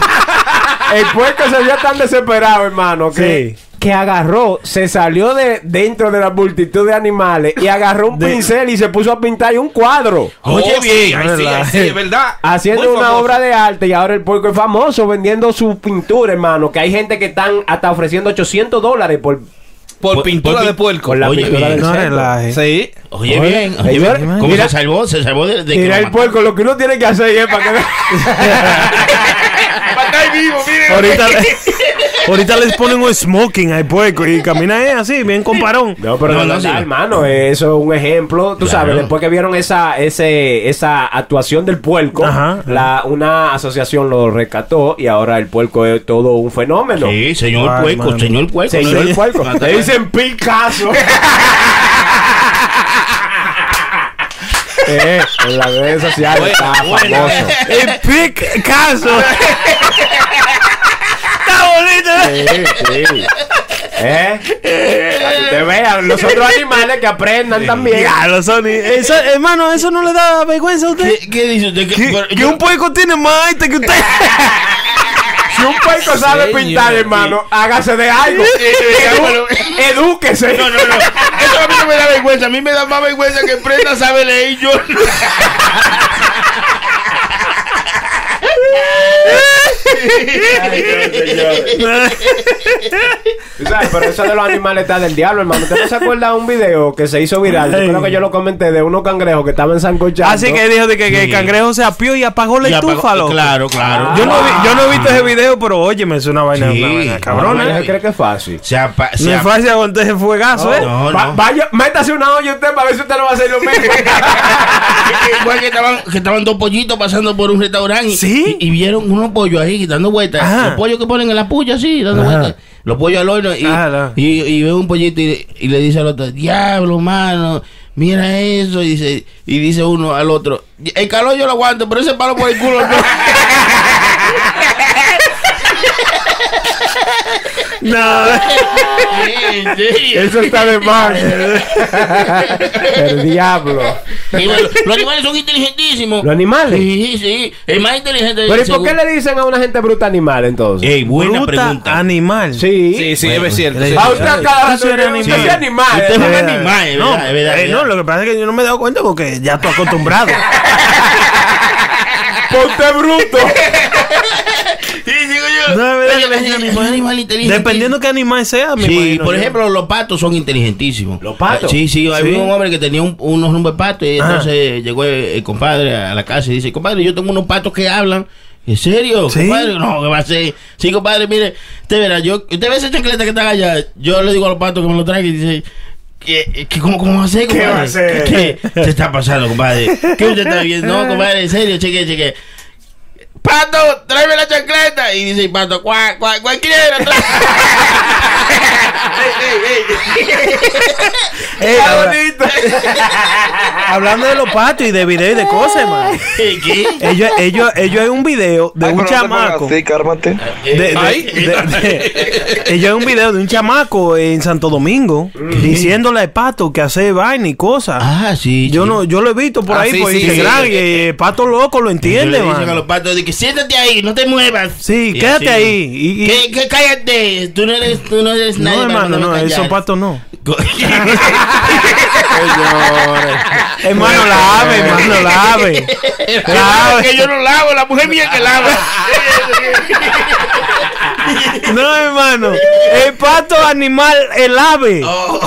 S2: el puerco se vio tan desesperado, hermano, que. Que agarró, se salió de dentro de la multitud de animales y agarró un pincel y se puso a pintar un cuadro.
S5: Oye,
S4: Oh, sí,
S5: bien.
S4: ay, sí, ay,
S5: sí, es verdad.
S2: (laughs) Haciendo una obra de arte y ahora el puerco es famoso vendiendo su pintura, hermano. Que hay gente que están hasta ofreciendo 800 dólares por,
S5: Por,
S4: Por-
S5: pintura
S4: por-
S5: de puerco.
S2: por la
S4: Oye,
S2: pintura
S4: bien,
S2: del
S3: No
S2: cerdo.
S3: relaje.
S5: Sí.
S4: Oye, bien. Oye,
S2: Señor,
S4: bien. ¿Cómo
S2: mira-
S4: se salvó? Se salvó de, de que
S2: Mira
S4: lo
S2: el
S4: mató.
S2: puerco, lo que uno tiene que hacer es para que...
S4: (laughs)
S3: Ahorita, le- ahorita les ponen un smoking al
S4: pues,
S3: puerco y camina eh, así, bien comparón.
S2: No, pero
S4: No,
S2: de
S4: no,
S2: verdad,
S4: sí.
S2: hermano, eso es un ejemplo. Tú
S4: Claro.
S2: sabes, después que vieron esa ese, esa actuación del puerco,
S3: Ajá.
S2: la, una asociación lo rescató y ahora el puerco es todo un fenómeno.
S4: Sí, señor
S3: Ay,
S4: puerco,
S3: mano.
S4: señor puerco.
S2: Señor
S4: ¿no? (laughs)
S2: puerco.
S3: (laughs)
S2: Le dicen Picasso. Eh, en las redes sociales está famoso.
S3: El pic caso. Está bonito.
S2: Sí, sí. ¿Eh?
S3: (laughs)
S2: Para que Te vean los otros
S4: (laughs)
S2: animales que aprendan también.
S3: Claro, Sony. Eso, hermano, eso no le da vergüenza a usted.
S4: ¿Qué, qué dice usted? ¿Qué- pero
S3: Que
S4: yo-
S3: un puerco tiene más arte que usted.
S2: (laughs) Si un puerco sabe pintar, hermano, hágase de algo.
S4: eh,
S2: Edu- Edúquese.
S4: No, no, no. Eso a mí no me da vergüenza. A mí me da más vergüenza que Prenda sabe leer y yo.
S2: (laughs)
S4: no.
S3: (laughs)
S2: Tú sabes, Pero eso de los animales está del diablo, hermano. ¿Usted no se acuerda de un video que se hizo viral? Yo
S3: Ay.
S2: creo que yo lo comenté de unos cangrejos que estaban sancochando.
S3: Así Ah, que dijo de que, que el cangrejo se apió y apagó la
S4: Ya apagó-
S3: estufa, loco.
S4: Claro, claro. Ah.
S3: Yo no, vi- yo no he visto ese video, pero oye, me suena una vaina,
S4: Sí.
S3: una vaina
S2: Cabrón,
S3: cabrona.
S2: ¿eh? cree que es fácil?
S4: Se apa- se
S3: Me
S4: apa-
S3: fácil aguantar ese fuegazo, ¿eh?
S4: No,
S2: Va-
S4: no.
S2: Vaya, métase una olla usted para ver si usted no va a hacer lo mismo.
S3: (laughs)
S4: (laughs) Igual que estaban, que estaban dos pollitos pasando por un restaurante y-
S3: Sí.
S4: y, y vieron unos pollos ahí dando vueltas.
S3: Ajá.
S4: Los pollos que ponen en la puya así, dando
S3: Ajá.
S4: vueltas. Los pollos al horno y,
S3: Ah, no.
S4: y, y ve un pollito y, y le dice al otro, diablo, mano, mira eso. Y dice, y dice uno al otro, el calor yo lo aguanto, pero ese palo por el culo no. (laughs)
S3: No.
S4: Sí.
S2: eso está de más. El diablo.
S4: Y bueno, los animales son inteligentísimos.
S2: ¿Los animales?
S4: Sí, sí. El más inteligente del
S2: Pero ¿y por
S4: seguro.
S2: qué le dicen a una gente bruta animal entonces?
S4: Ey, buena
S3: Bruta
S4: pregunta.
S3: animal.
S2: Sí.
S5: Sí, sí, es cierto. sí.
S2: A Ah, usted acá,
S3: Tú sí eres
S2: usted
S3: animal.
S2: es animal.
S4: Usted es un
S2: ¿eh?
S4: animal, es
S3: No,
S4: verdad, es verdad,
S3: eh,
S4: es
S3: no,
S4: verdad.
S3: lo que pasa es que yo no me he dado cuenta porque ya estoy
S2: (laughs)
S3: acostumbrado.
S2: Pues usted es bruto.
S4: Sí, digo yo.
S3: No, es verdad
S4: Oye,
S3: que es un
S4: es un
S3: animal.
S4: animal inteligente.
S3: Dependiendo qué animal sea, me
S4: Sí,
S3: imagino
S4: por
S3: yo.
S4: ejemplo, los patos son inteligentísimos.
S2: ¿Los patos?
S4: Sí, sí, había
S3: Sí.
S4: un hombre que tenía un- unos números de patos y
S3: Ajá.
S4: entonces llegó el, el compadre a la casa y dice, compadre, yo tengo unos patos que hablan. ¿En serio?
S3: Sí.
S4: Compadre, no, ¿qué va a ser? Sí, compadre, mire, usted verá, yo, usted ve esa chancleta que está allá, yo le digo a los patos que me lo traigan y dice... ¿Qué, qué, cómo, ¿Cómo va a ser, compadre?
S2: va a ser?
S4: ¿Qué, qué se está pasando, compadre? ¿Qué usted está viendo?
S3: (laughs)
S4: No, compadre, en serio, cheque, cheque. Pato, tráeme la chancleta. Y dice el Pato, cuá, cuá, cualquiera. (laughs)
S6: (laughs)
S3: Eh, habla- Hablando de los patos y de video y
S4: (laughs)
S3: de cosas, man.
S4: ¿Qué?
S3: Ellos, ellos, ellos hay un video de un chamaco.
S9: cármate.
S3: de- de-
S5: Ay.
S3: de- de- ellos hay un video de un chamaco en Santo Domingo diciéndole al pato que hace vaina y cosas.
S4: Ah, sí.
S3: yo
S4: sí.
S3: no, yo lo he visto por
S5: Ah,
S3: ahí pues,
S5: sí,
S3: por
S5: sí,
S3: Instagram
S5: sí.
S3: y el eh, pato loco lo
S4: Ellos
S3: entiende,
S4: le dicen a
S3: man.
S4: los patos de que siéntate ahí, no te muevas.
S3: Sí,
S4: Y
S3: quédate
S4: así.
S3: ahí. y- y-
S4: Que, que cállate, tú no eres, tú no eres
S3: no,
S4: nadie. para
S3: hermano, no,
S4: ponerme a
S3: esos
S4: callar. (laughs)
S3: patos no.
S2: Señores.
S3: Hermano, la ave, hermano,
S4: (laughs)
S3: la ave. La ave.
S4: que yo no lavo, la mujer mía que
S2: (laughs)
S4: lava.
S3: No, hermano. El pato animal, el ave. No,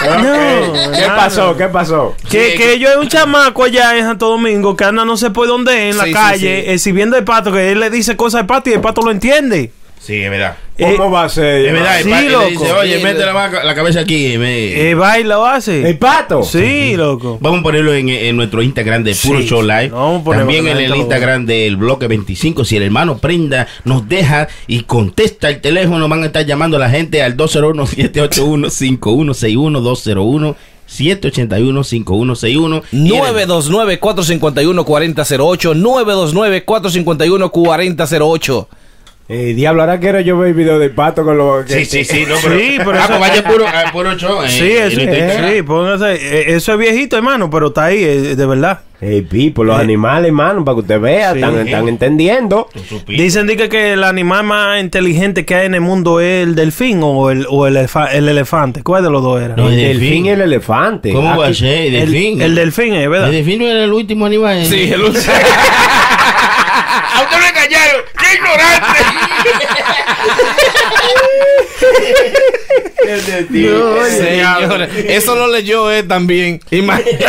S2: ¿Qué
S3: hermano.
S2: pasó? ¿Qué pasó?
S3: Que, que yo es un chamaco allá en Santo Domingo que anda no sé por dónde en la
S5: Sí, sí,
S3: calle
S5: sí.
S3: exhibiendo el pato, que él le dice cosas al pato y el pato lo entiende.
S4: Sí, es verdad.
S3: Eh,
S2: ¿Cómo va a ser?
S4: Es verdad, el
S3: Sí,
S4: pato le dice,
S3: loco.
S4: oye,
S5: Sí,
S4: mete la,
S5: loco.
S4: vaca- la cabeza aquí. me-
S3: eh, va y lo hace.
S2: ¿El pato?
S3: sí, loco.
S4: Vamos a ponerlo en, en nuestro Instagram de Puro
S3: Sí,
S4: Show Live.
S3: no, vamos a ponerlo
S4: También
S3: para
S4: en
S3: que la
S4: el
S3: gente lo vea.
S4: Instagram del bloque 25. Si el hermano Prenda nos deja y contesta el teléfono, van a estar llamando a la gente al 201-781-5161, 201-781-5161. Y en el-
S5: 929-451-4008. 929-451-4008.
S2: Eh, diablo, ahora quiero yo ver el video del pato con los...
S4: Sí, sí, sí.
S2: (laughs)
S4: No, pero,
S3: Sí, pero
S4: Ah,
S3: eso-
S4: pues vaya puro, a puro show. eh,
S3: Sí,
S4: en
S3: eso,
S4: nuestro Instagram.
S3: sí, póngase- eh, eso es viejito, hermano, pero está ahí, eh, de verdad. Eh.
S2: Hey, people, los animales, hermano, para que usted vea,
S3: Sí.
S2: están, están entendiendo.
S4: Supiste.
S3: Dicen dice, que el animal más inteligente que hay en el mundo es el delfín o el, o el, elfa- el elefante. ¿Cuál de los dos era?
S4: No,
S2: El
S4: el
S2: delfín
S4: delfín.
S2: y el elefante. Ah,
S4: ¿Cómo va a
S2: Aquí-
S4: ser? El delfín.
S3: El, el delfín, es verdad.
S4: El delfín no era el último animal. eh.
S5: Sí, el último.
S4: ¡A usted lo engañaron! ¡Qué
S5: (laughs)
S4: ignorante!
S5: Señores, eso lo leyó él también. Imagínate.
S3: (laughs)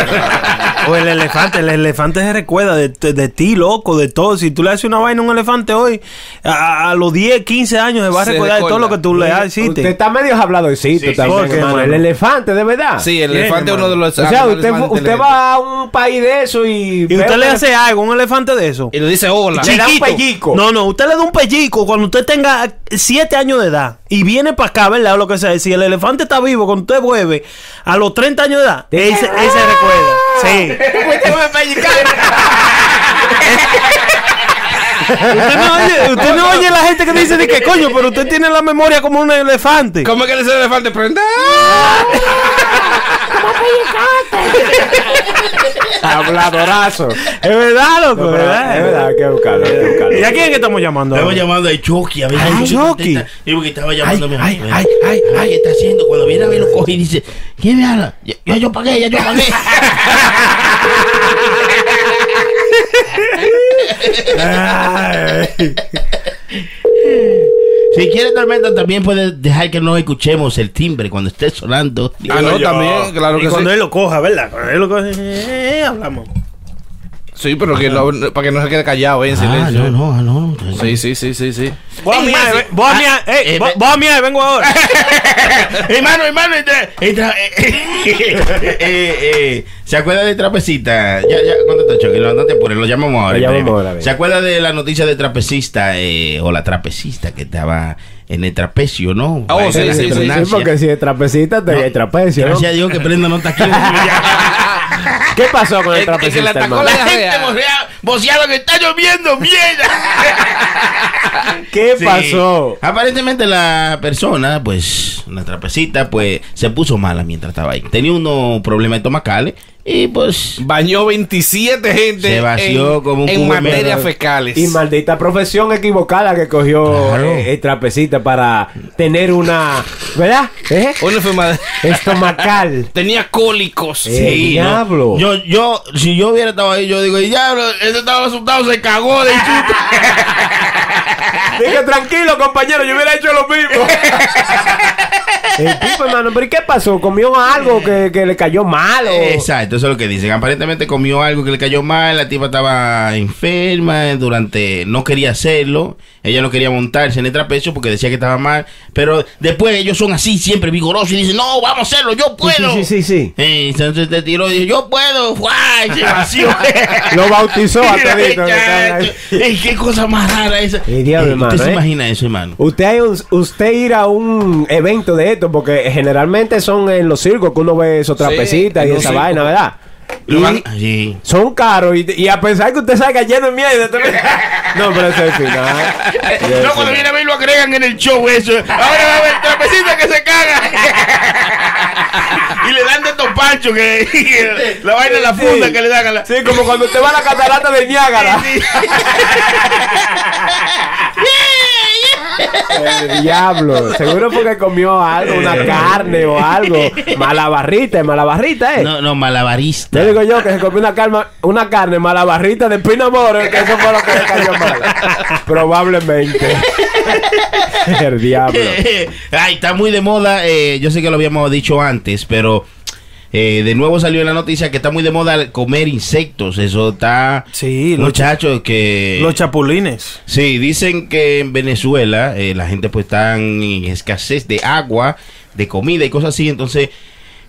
S3: O el elefante, el elefante se recuerda de, de- de ti, loco, de todo. Si tú le haces una vaina a un elefante hoy, a, a los 10, 15 años se va a
S5: Se
S3: recordar de todo lo
S5: recuerda.
S3: que tú le
S2: Usted
S3: hiciste.
S2: está medio
S4: Sí,
S2: habladorcito
S4: sí,
S2: también,
S3: ¿por qué,
S2: hermano. El
S3: hermano?
S2: elefante, de verdad.
S5: (laughs) Sí, el
S3: Bien,
S5: elefante es uno
S3: hermano.
S5: de los.
S2: O sea,
S5: animales
S2: usted,
S5: más
S2: fu- usted
S5: inteligentes.
S2: va a un país de eso y...
S3: Y usted le
S2: (laughs)
S3: hace algo a un elefante de eso.
S5: Y le dice hola.
S2: Le da un
S3: Chiquito.
S2: pellico.
S3: No, no, usted le da un pellico cuando usted tenga 7 años de edad. y viene para acá, ¿verdad? O lo que sea. Si el elefante está vivo cuando usted vuelve a los 30 años de edad, él se, él se recuerda. Sí.
S4: (laughs)
S2: (laughs)
S3: Usted no oye, usted no oye la gente que dice de que coño, pero usted tiene la memoria como un elefante.
S5: ¿Cómo es que le sale el elefante? Prenda.
S2: Habladorazo.
S3: Es verdad, loco,
S2: No, pero
S3: ¿verdad?
S2: es verdad, hay que buscarlo, hay que buscarlo.
S3: ¿Y a quién es que estamos llamando?
S4: Estaba llamando a Chucky. A ver,
S3: Ay,
S4: Chucky,
S3: Chucky.
S4: ¿qué está- Digo que estaba llamando a mi
S5: ay,
S4: mamá.
S5: ay, ay,
S4: ay, ¿qué está haciendo? Cuando viene a ver, lo coge y dice, ¿quién me habla? Ya- Ya yo pagué, ya yo pagué. Si quiere tormenta, también puede dejar que no escuchemos el timbre cuando esté sonando.
S5: Ah, no, también, claro
S3: y
S5: que sí.
S3: cuando él lo coja, ¿verdad? Cuando él lo coge, eh, hablamos.
S5: Sí, pero que no- para que no se quede callado, eh, en
S4: Ah,
S5: silencio.
S4: no, no, ah, no.
S5: Sí, sí, sí, sí, sí.
S3: Voy a
S4: Ey,
S3: miar,
S4: Masi,
S3: ve- voy a
S4: ah,
S3: miar, ey,
S4: eh,
S3: voy-
S4: ve-
S3: voy a miar, vengo ahora.
S4: (laughs) hermano, hermano, entra, entra, eh, eh, (laughs) eh, eh, ¿se acuerda de Trapecita? Ya, ya, ¿cuánto está No, no te apures, lo llamamos ahora.
S2: Lo llamamos
S4: breve.
S2: ahora, bien.
S4: ¿Se acuerda de la noticia de Trapecista eh, o la Trapecista que estaba en el trapecio, no?
S5: Oh, sí,
S4: Era
S5: sí,
S4: de
S5: sí,
S2: Sí,
S4: Francia.
S2: porque si es trapecita, te
S4: No,
S2: hay trapecio, ¿no?
S4: Gracias a Dios que Prenda no está aquí.
S5: (laughs)
S2: ¿Qué pasó con
S5: Es- es
S2: el
S5: que
S2: trapecista,
S5: le atacó
S2: hermano? (laughs)
S5: la-
S4: La gente vocea- voceaba que está lloviendo, mierda.
S2: ¿Qué
S4: Sí.
S2: pasó?
S4: Aparentemente la persona, pues, la trapecita, pues, se puso mala mientras estaba ahí. Tenía unos problemas estomacales y pues...
S5: Bañó 27 gente.
S4: Se vació
S5: en,
S4: como un
S5: En
S4: cubo de
S5: materia
S4: mierda.
S5: fecales.
S2: Y maldita profesión equivocada que cogió
S4: Claro.
S2: eh, el trapecita para tener una, ¿verdad? ¿Eh?
S5: Una enfermedad.
S2: Estomacal.
S5: Tenía cólicos.
S2: Eh,
S4: ¿no?
S2: diablo.
S4: Yo, yo, si yo hubiera estado ahí, yo digo, diablo, ese estaba asustado, se cagó de susto.
S2: Dije, tranquilo, compañero, yo hubiera hecho lo
S4: (laughs)
S2: mismo. El tipo, hermano, pero ¿y qué pasó? ¿Comió algo que, que le cayó mal? o-
S5: Eh.
S4: Exacto, eso es lo que dicen. Aparentemente comió algo que le cayó mal, la tipa estaba enferma eh, durante, no quería hacerlo, ella no quería montarse en el trapecio porque decía que estaba mal, pero después ellos son así, siempre vigorosos y dicen, no, vamos a hacerlo, yo
S2: Sí,
S4: puedo.
S2: sí, sí, sí,
S4: Eh, entonces te tiró y dijo, yo puedo, ¡guay! Se (laughs) vació.
S2: sí. Lo bautizó a
S4: Mira,
S2: todito, que estaba ahí.
S4: chacho. Ey, qué cosa más rara esa.
S2: Eh, diablo,
S4: Eh,
S2: hermano,
S4: ¿Usted se
S2: eh.
S4: imagina eso, hermano?
S2: Usted, hay un- usted ir a un evento de esto, porque generalmente son en los circos que uno ve esos trapecitas
S5: en
S2: y
S5: los
S2: esa
S5: circos.
S2: vaina, ¿verdad?
S4: Lo
S2: Y
S4: van- Sí.
S2: son caros y, y a pesar que usted salga lleno de miedo.
S5: (laughs)
S2: no, pero eso es el final. Eso es
S4: No, cuando
S2: el
S4: viene a ver lo agregan en el show eso. Ahora va a haber trapecita que se caga. y le dan de estos panchos que, que la vaina en la funda que le dan a la.
S2: Sí, como cuando usted va a la catarata de Niágara. El diablo. Seguro porque comió algo,
S4: Eh.
S2: una carne o algo. Malabarrita, es malabarrita, ¿eh?
S4: No, no, malabarista.
S2: Yo digo yo que se comió una, calma, una carne malabarrita de pino moro, que eso fue lo que le cayó mal. Probablemente. (laughs) El diablo.
S4: (laughs) Ay, está muy de moda. eh, yo sé que lo habíamos dicho antes, pero eh, de nuevo salió en la noticia que está muy de moda comer insectos. Eso está.
S3: Sí, los,
S4: Muchachos, que.
S3: los chapulines.
S4: Sí, dicen que en Venezuela eh, la gente pues está en escasez de agua, de comida y cosas así, entonces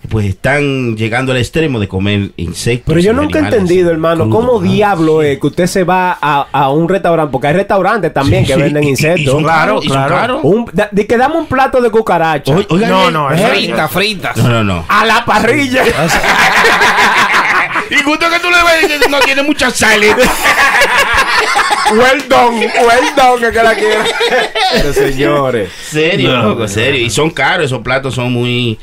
S4: pues están llegando al extremo de comer insectos.
S2: Pero
S4: y
S2: yo nunca he
S4: animales
S2: entendido, hermano,
S4: crudos,
S2: cómo
S4: ¿verdad?
S2: diablo
S4: Sí.
S2: es que usted se va a, a un restaurante, porque hay restaurantes también
S4: Sí,
S2: que
S4: sí,
S2: venden
S4: y- y- y son
S2: insectos.
S4: caros, y son
S3: claro.
S4: caros.
S2: Un, da- de que dame un plato de cucaracha.
S4: Oye, oigan,
S3: No,
S4: eh,
S3: no,
S4: eh,
S3: eso-
S5: Fritas, fritas.
S4: no, no, no.
S2: A la parrilla.
S4: Y justo que tú le ves, dices, no tiene mucha sal. (laughs)
S2: well done, well done, que la quiera.
S4: (laughs)
S2: Pero señores.
S4: serio,
S3: No,
S4: loco,
S3: no,
S4: serio. Y son caros, esos platos son muy...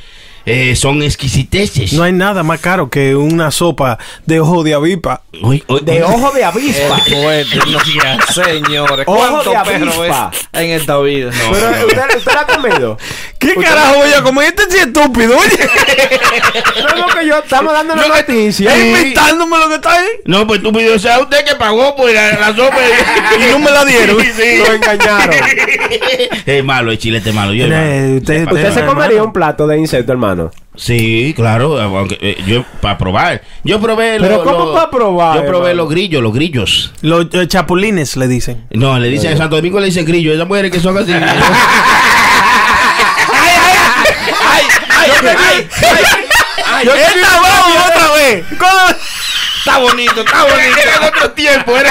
S4: eh, son exquisiteces.
S3: No hay nada más caro que una sopa de ojo de avispa.
S4: Oye, oye,
S2: De ojo
S5: (laughs)
S2: de avispa.
S4: Eh.
S5: Fuerte. Señores,
S2: Ojo
S5: ¿cuántos
S2: de
S5: perros
S2: avispa.
S5: es en esta vida?
S2: Pero usted, usted la ha comido.
S3: ¿Qué carajo voy a comer? Este sí es estúpido, oye.
S2: No, no, que yo estamos dando la noticia.
S3: Está inventándome lo que está ahí.
S4: No, pues tú pidió, o sea, usted que pagó por la, la sopa y, no me la dieron.
S2: Lo
S4: (laughs)
S2: engañaron.
S4: Es malo, el chilete malo. Yo, hermano.
S3: Eh, usted-
S4: Pa-
S2: ¿Usted se
S3: hermano.
S2: comería un plato de insecto, hermano?
S4: Sí, claro, aunque, eh, yo para probar. Yo probé
S2: Pero
S4: lo-
S2: ¿cómo
S4: lo-
S2: pa' probar,
S4: Yo probé
S2: hermano?
S4: los grillos, los grillos.
S3: Los eh, chapulines le dicen.
S4: No, le dicen en Santo Domingo le dicen grillo, esas mujeres que son
S3: (laughs)
S4: así.
S5: ¡Ay, ay, ay! ay, ay.
S3: ¡Esta vamos otra vez!
S5: Está bonito, está bonito.
S4: Era en otro tiempo, era.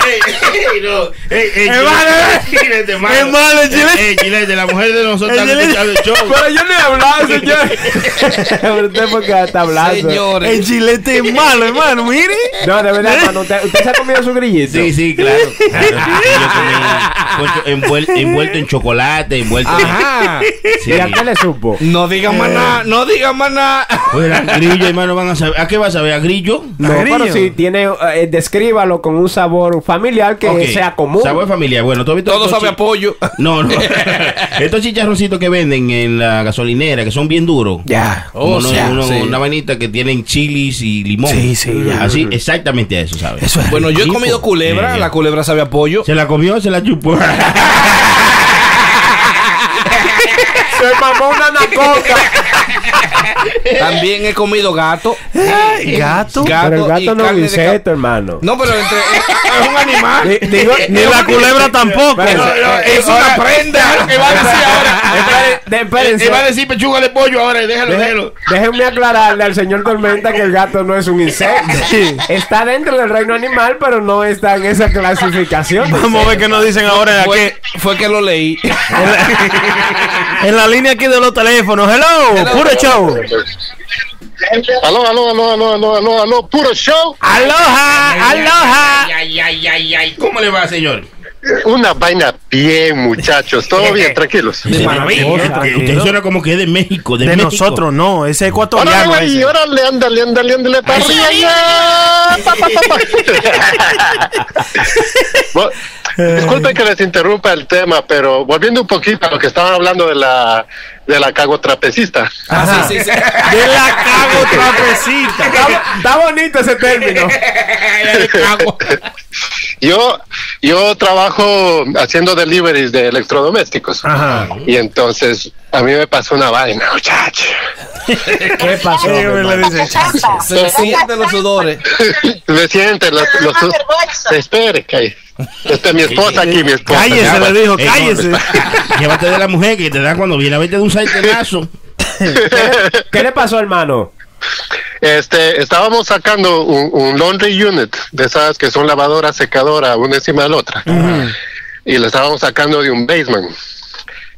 S4: Ey, ey, no. Eh, eh,
S3: Hermano,
S4: chilete, chilete, hermano.
S3: hermano, chilete.
S4: Eh, eh, chilete, la mujer de nosotros está
S3: chilete.
S4: escuchando el
S2: (laughs)
S4: show.
S2: Pero yo no he hablado, señor. (laughs) Pero usted porque está hablando.
S5: Señores.
S3: El chilete es malo, hermano, mire.
S2: No,
S4: (laughs)
S2: de verdad, hermano, usted, usted se ha comido su grillito.
S4: Sí, sí,
S2: (laughs)
S4: claro. Claro, sí, yo comí concho- envuel- envuelto, en chocolate, envuelto
S5: Ajá.
S4: en. Sí. Eh,
S2: ¿Y a qué le supo?
S5: No digan más nada, Ah, no digan más nada.
S4: Pues a grillo, hermano, van a saber. ¿A qué vas a ver? ¿A grillo?
S2: No,
S3: Grillo.
S2: pero si tiene, eh, descríbalo con un sabor familiar que
S4: Ok.
S2: sea común.
S4: Sabor familiar. Bueno, ¿tú has visto
S5: Todo
S4: estos
S5: sabe
S4: chi-
S5: a pollo. (laughs)
S4: No, no. Estos chicharroncitos que venden en la gasolinera, que son bien duros.
S3: Ya.
S4: Como
S5: Oh,
S4: uno-
S5: ya,
S4: uno-
S5: sí.
S4: Una vainita que tienen chilis y limón.
S3: Sí, sí, ya.
S4: Así, exactamente a eso, ¿sabes?
S3: Eso es
S5: Bueno, yo he
S3: rico.
S5: comido culebra,
S4: Eh.
S5: la culebra sabe a pollo.
S4: Se la comió, se
S5: (laughs)
S4: la chupó.
S2: Se mamó
S4: (laughs)
S2: una
S5: (laughs)
S2: anaconda.
S5: También he comido gato.
S3: Ay, gato.
S5: Gato
S2: pero el
S5: y
S2: gato no es un
S5: carne de ca-
S2: insecto, hermano.
S5: No, pero entre eh, es un
S3: (laughs)
S5: animal.
S2: Ni- digo-
S3: Ni la culebra tampoco.
S2: Espérense.
S5: Es una prenda.
S4: ¿Qué va a (laughs) decir ahora?
S2: Espérense, espérense.
S4: Él va a eh, decir pechuga de pollo ahora, déjalo,
S2: Deje-
S4: déjalo.
S2: Déjenme aclararle al señor Tormenta que el gato no es un insecto. Está dentro del reino animal, pero no está en esa clasificación.
S3: (laughs) Vamos a ver qué nos dicen ahora aquí.
S5: Fue, fue que lo leí.
S3: (laughs) En la, en la línea aquí de los teléfonos. Hello, puro show.
S9: (laughs) Aló, aló, aló, aló, aló, aló, aló, puro show.
S3: Aloha, aloha.
S4: Ay, ay, ay, ay. ¿Cómo le va, señor?
S9: Una vaina bien, muchachos. (laughs) Todo bien, tranquilos.
S4: De
S3: maravilla.
S4: Usted suena como que es de México, de,
S3: De
S4: México.
S3: nosotros no, ese
S9: Órale,
S3: ecuatoriano.
S9: güey,
S3: ese.
S9: órale, ándale, ándale, ándale, para arriba, ya. Pa, pa,
S3: (laughs)
S9: pa, pa. Bueno, Disculpen que les interrumpa el tema, pero volviendo un poquito a lo que estaban hablando de la de la cago trapecista.
S5: Ah, sí, sí, sí.
S3: De la cago
S4: (laughs)
S3: trapecita.
S2: Está, está bonito ese término.
S9: Yo yo trabajo haciendo deliveries de electrodomésticos.
S3: Ajá.
S9: Y entonces a mí me pasó una vaina, muchacho.
S2: ¿Qué pasó?
S3: Sí, me lo
S2: hermano?
S3: dice.
S5: Se le sienten los sudores.
S9: (laughs) Me sienten los, los- Espere, calle. Este mi esposa aquí, mi esposa.
S3: Cállese,
S9: Ya,
S3: le dijo,
S4: Eh, no,
S3: cállese.
S4: (laughs) Llévate de la mujer que te da cuando viene a verte de un
S3: (laughs)
S4: saltenazo.
S2: ¿Qué le pasó, hermano?
S9: Este, estábamos sacando un, un laundry unit de esas que son lavadora, secadora, una encima de la otra. Y la estábamos sacando de un basement.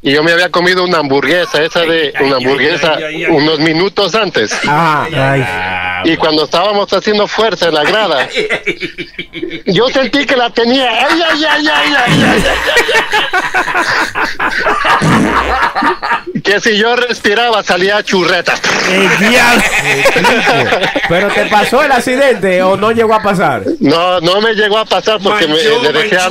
S9: Y yo me había comido una hamburguesa, esa de una hamburguesa unos minutos antes.
S2: Ajá.
S9: Y cuando estábamos haciendo fuerza en la
S4: (laughs)
S9: grada, yo sentí que la tenía. ¡Ay, ay, ay, ay, ay, ay, ay, ay! que si yo respiraba salía churreta.
S3: El diablo.
S2: ¿Pero te pasó el accidente o no llegó a pasar?
S9: No, no me llegó a pasar porque me le dejé a...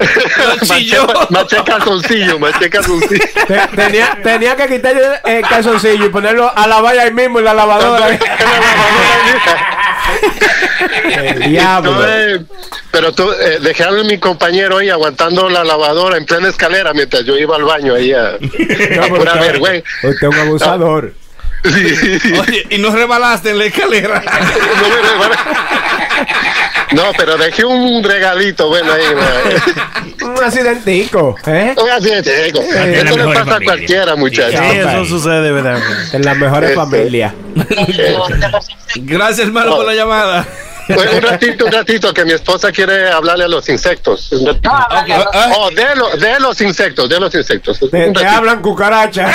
S9: (laughs) maché,
S5: chilló.
S9: maché calzoncillo, maché calzoncillo.
S2: Te- tenía, tenía que quitar el calzoncillo y ponerlo a lavar ahí mismo en la lavadora. El diablo.
S9: Estuve- pero tú, eh, dejé a mi compañero ahí aguantando la lavadora en plena escalera mientras yo iba al baño ahí a, a
S2: No,
S9: pura
S2: porque
S9: vergüenza.
S2: Usted es un abusador.
S9: Sí, sí.
S5: Oye, y no rebalaste en la escalera.
S9: No, pero, bueno. (laughs) No, pero dejé un regalito bueno ahí. ¿no?
S2: Un accidentico, ¿eh?
S9: Un accidente, digo.
S2: Eh,
S9: Esto le
S4: mejor
S9: pasa a
S4: familia.
S9: cualquiera,
S3: Sí,
S9: muchachos.
S3: eso sucede, ¿verdad?
S2: En las mejores
S9: Este.
S2: familias.
S5: Gracias, hermano, por la llamada.
S9: Bueno, Oh. Pues, un ratito, un ratito, que mi esposa quiere hablarle a los insectos. Un ratito.
S5: Ah,
S9: Oh, de, lo- de los insectos, de los insectos.
S2: Te,
S9: Un
S2: te
S9: ratito.
S2: hablan cucarachas.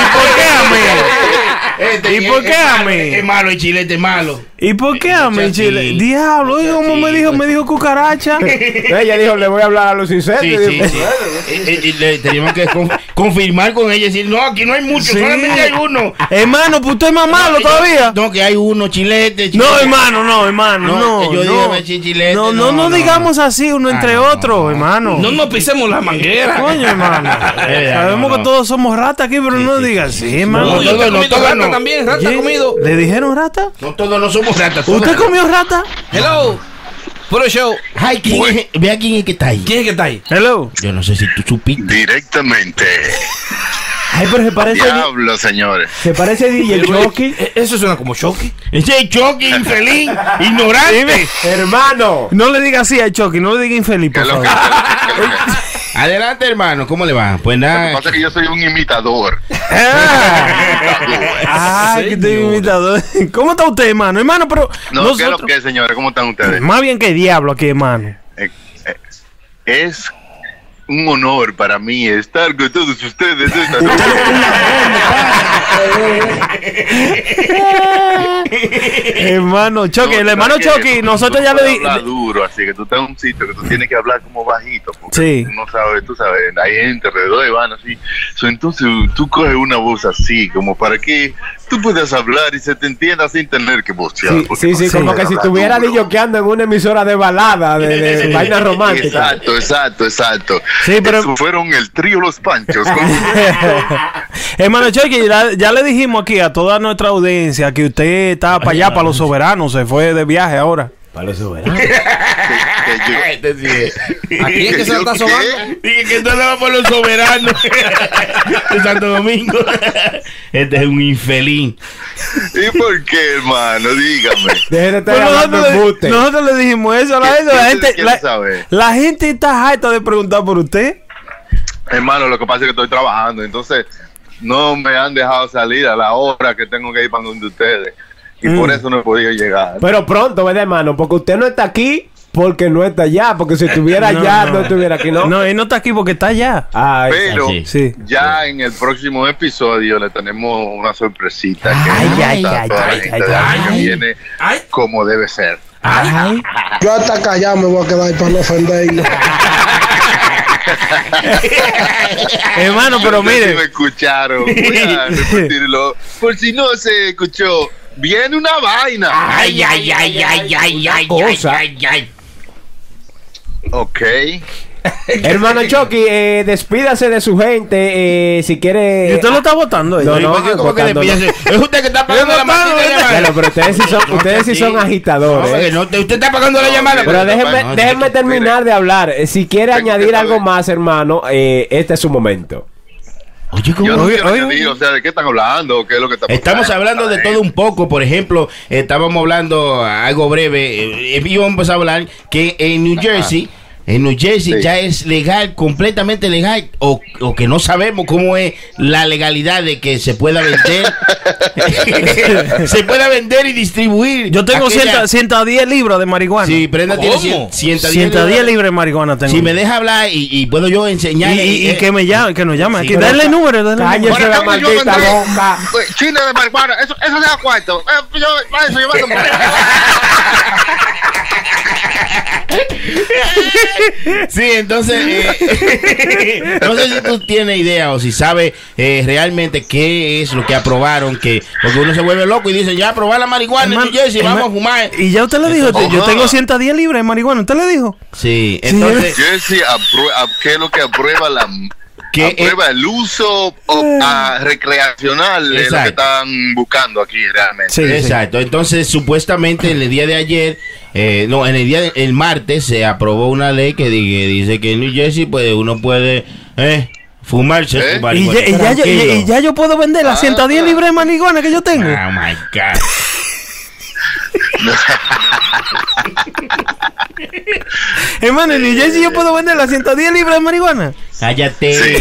S3: ¿Y por qué a mí?
S4: Este,
S3: ¿Y por
S4: es-
S3: qué
S4: es
S3: a
S4: malo,
S3: mí?
S4: Es malo el chilete, es malo.
S3: ¿Y por qué a mí, chile? Diablo, oye, ¿cómo me dijo? Me dijo cucaracha.
S2: (laughs) Ella dijo, le voy a hablar a los insectos.
S4: Sí,
S2: Y
S4: sí,
S2: dijo,
S4: sí. Eh, eh, y le teníamos que con- confirmar con ella y decir, no, aquí no hay mucho,
S3: Sí.
S4: solamente hay uno.
S3: Hermano, pues usted es más malo todavía.
S4: No, que hay uno, chilete. chilete.
S3: No, hermano, no, hermano,
S4: No,
S3: no.
S4: que yo
S3: no.
S4: diga, chichilete,
S3: no, no,
S4: no,
S3: no
S4: no.
S3: digamos así uno entre
S4: no,
S3: otro, hermano.
S5: No nos pisemos la manguera. (laughs)
S3: Coño, hermano.
S4: Eh,
S3: Sabemos
S4: no,
S3: que
S4: no.
S3: todos somos ratas aquí, pero no digas así, hermano.
S5: No, yo te he
S4: No,
S5: comido
S4: no,
S5: rata
S4: no.
S5: también, rata he
S3: Oye,
S5: comido.
S3: ¿Le dijeron rata?
S4: No todos
S5: (laughs)
S4: no somos ratas. todos-
S3: ¿Usted comió rata?
S5: Hello. Puro show.
S4: Ay, ¿quién es? Vea quién es que está ahí.
S5: ¿Quién es que está ahí?
S3: Hello.
S4: Yo no sé si tú supiste.
S10: Directamente.
S3: Ay, pero se parece,
S10: Diablo, señores.
S3: se parece a DJ Chucky.
S5: Eh, Eso suena como Chucky.
S4: Ese choque infeliz, ignorante.
S2: hermano.
S3: No le diga así a Chucky, no le diga infeliz,
S10: ¿Qué es
S3: por
S10: lo
S3: favor.
S10: que, qué es lo que-
S4: Adelante, hermano, ¿cómo le va? Pues
S10: Lo que
S4: nada.
S10: pasa es que yo soy un imitador.
S2: Ah.
S3: Ay, que estoy invitado. (laughs) ¿Cómo está usted, hermano? Hermano, pero
S10: (laughs) No, ¿qué es lo
S3: nosotros...
S10: que es, señores? ¿Cómo están ustedes?
S3: Más bien que diablo aquí, hermano.
S10: Eh, es un honor para mí estar con todos ustedes esta
S3: hermano Chucky, el hermano Chucky, nosotros ya le
S10: le
S3: di.
S10: Habla duro, así que tú estás en un sitio que tú tienes que hablar como bajito. Porque
S3: Sí.
S10: tú No sabes, tú sabes, hay gente alrededor de van así. So, entonces tú coges una voz así, como para que tú puedas hablar y se te entienda sin tener que bocear.
S2: Sí, sí, sí, como que si estuviera dilloqueando en una emisora de balada, de,
S10: (laughs)
S2: de vaina romántica.
S10: Exacto, exacto, exacto.
S3: Sí, pero-
S10: Eso fueron el trío Los Panchos.
S2: (laughs)
S10: con-
S3: (laughs) Hermano Chucky, ya, ya le dijimos aquí a toda nuestra audiencia que usted estaba para allá, para los soberanos, se fue de viaje ahora.
S2: Para los soberanos.
S3: (laughs)
S10: que yo-
S4: Este sí es.
S5: ¿A quién es que se
S10: yo
S5: la está
S10: qué?
S5: sobando?
S4: Dije que no le va por los soberanos (laughs) de Santo Domingo. Este es un infeliz.
S10: ¿Y por qué, hermano? Dígame.
S2: Deje de estar
S3: Pero
S2: hablando
S3: nosotros,
S2: embuste.
S3: le, nosotros le dijimos eso a la
S10: ¿Qué
S3: gente. La
S10: ustedes
S3: gente,
S10: quieren
S3: la-
S10: saber?
S3: la gente está harta de preguntar por usted.
S10: Hermano, lo que pasa es que estoy trabajando, entonces no me han dejado salir a la hora que tengo que ir para donde ustedes. Y
S2: Mm.
S10: por eso no he podido llegar.
S2: Pero pronto, ¿verdad, hermano? Porque usted no está aquí porque no está allá. Porque si estuviera
S3: (laughs) No,
S2: allá,
S3: no.
S2: no, estuviera aquí, ¿no?
S3: No, él no está aquí porque está allá.
S2: Ay,
S10: Pero
S4: así.
S3: Sí.
S10: ya en el próximo episodio le tenemos una sorpresita que
S2: Ay,
S10: vamos a
S2: ay,
S10: dar a
S2: ay,
S10: toda la
S2: ay,
S10: gente
S2: ay,
S10: del año que
S2: ay.
S10: viene como debe ser.
S11: Yo hasta callado me voy a quedar para no ofenderlo.
S3: Hermano, pero
S10: No sé si
S3: mire.
S10: me escucharon. Voy
S4: (laughs)
S10: a repetirlo. Por si no se escuchó, viene una vaina.
S4: Ay, ay, ay, ay, ay, ay,
S2: cosa.
S4: ay, ay, ay.
S10: Ok.
S2: hermano
S3: (laughs)
S2: Chucky, eh, despídase de su gente eh, si quiere.
S3: ¿Y usted lo está votando? ahí?
S2: No, no.
S4: Yo como que
S2: votando,
S4: despídase. Es usted que está pagando la maldita
S2: Claro,
S4: llamada.
S2: pero ustedes sí son, ustedes sí
S4: sí.
S2: son
S4: No,
S2: agitadores.
S4: porque no, usted está pagando la
S10: No,
S4: llamada.
S10: mire,
S2: Pero
S10: no,
S2: déjenme,
S10: no,
S2: déjenme
S10: mire.
S2: terminar de hablar. Eh, Si quiere
S10: Tengo que
S2: añadir algo
S10: saber.
S2: más, hermano, eh, este es su momento.
S4: Oye, ¿cómo?
S10: Yo no
S3: Oye,
S10: quiero
S3: oye,
S10: añadir, o sea, ¿de qué están hablando? ¿Qué es lo que está
S4: Estamos
S10: pasando?
S4: hablando de todo un poco, por ejemplo, estábamos hablando algo breve, eh, íbamos a hablar que en New Jersey, en New Jersey
S10: Sí.
S4: ya es legal, completamente legal, o, o que no sabemos cómo es la legalidad de que se pueda
S3: (laughs)
S4: vender, se pueda vender y distribuir.
S3: Yo tengo
S4: aquella-
S3: 100 110 libras de marihuana.
S4: Sí, Brenda tiene
S5: ¿Cómo?
S4: 100 110
S3: 110
S4: libras.
S3: libras de marihuana tengo.
S4: Si me deja hablar y, y puedo yo
S3: y,
S4: enseñar.
S3: y- y
S4: eh,
S3: que me llame, que nos llame.
S4: Sí,
S3: Aquí,
S4: pero-
S3: dale el número, dale el número.
S2: Cállese la
S10: Ahora tengo yo
S2: maldita
S10: mandado-
S2: boca.
S10: Pues, China de marihuana, eso, eso se da cuánto. Eh, yo, para eso yo me compré.
S4: Sí, entonces, eh, no sé si tú tienes idea o si sabes eh, realmente qué es lo que aprobaron, que porque uno se vuelve loco y dice, ya aprobar la marihuana,
S3: Hermano,
S4: en New Jersey, vamos a
S3: hermano,
S4: fumar.
S3: Y ya usted le dijo,
S10: Entonces-
S3: yo
S10: Ajá.
S3: tengo 110 libras de marihuana. ¿Usted le dijo?
S4: (laughs) Sí, entonces,
S10: Jesse, aprue- a- ¿qué es lo que aprueba la
S4: ¿Qué
S10: aprueba el uso o- a- recreacional es lo que
S4: Exacto.
S10: están buscando aquí realmente?
S3: Sí, sí.
S4: Exacto, entonces supuestamente en el día de ayer, eh, no, en el día de- el martes se aprobó una ley que di- que dice que en New Jersey pues uno puede eh, fumarse
S10: ¿Eh?
S4: su
S3: Y
S4: marihuana.
S3: ya, y ya yo, y-
S4: Tranquilo.
S3: y ya yo puedo vender
S5: Ah,
S3: las 110 libras de marihuana que yo tengo.
S4: Oh my god.
S3: Hermano, ni Jesse yo puedo vender las 110 libras de marihuana.
S4: Cállate.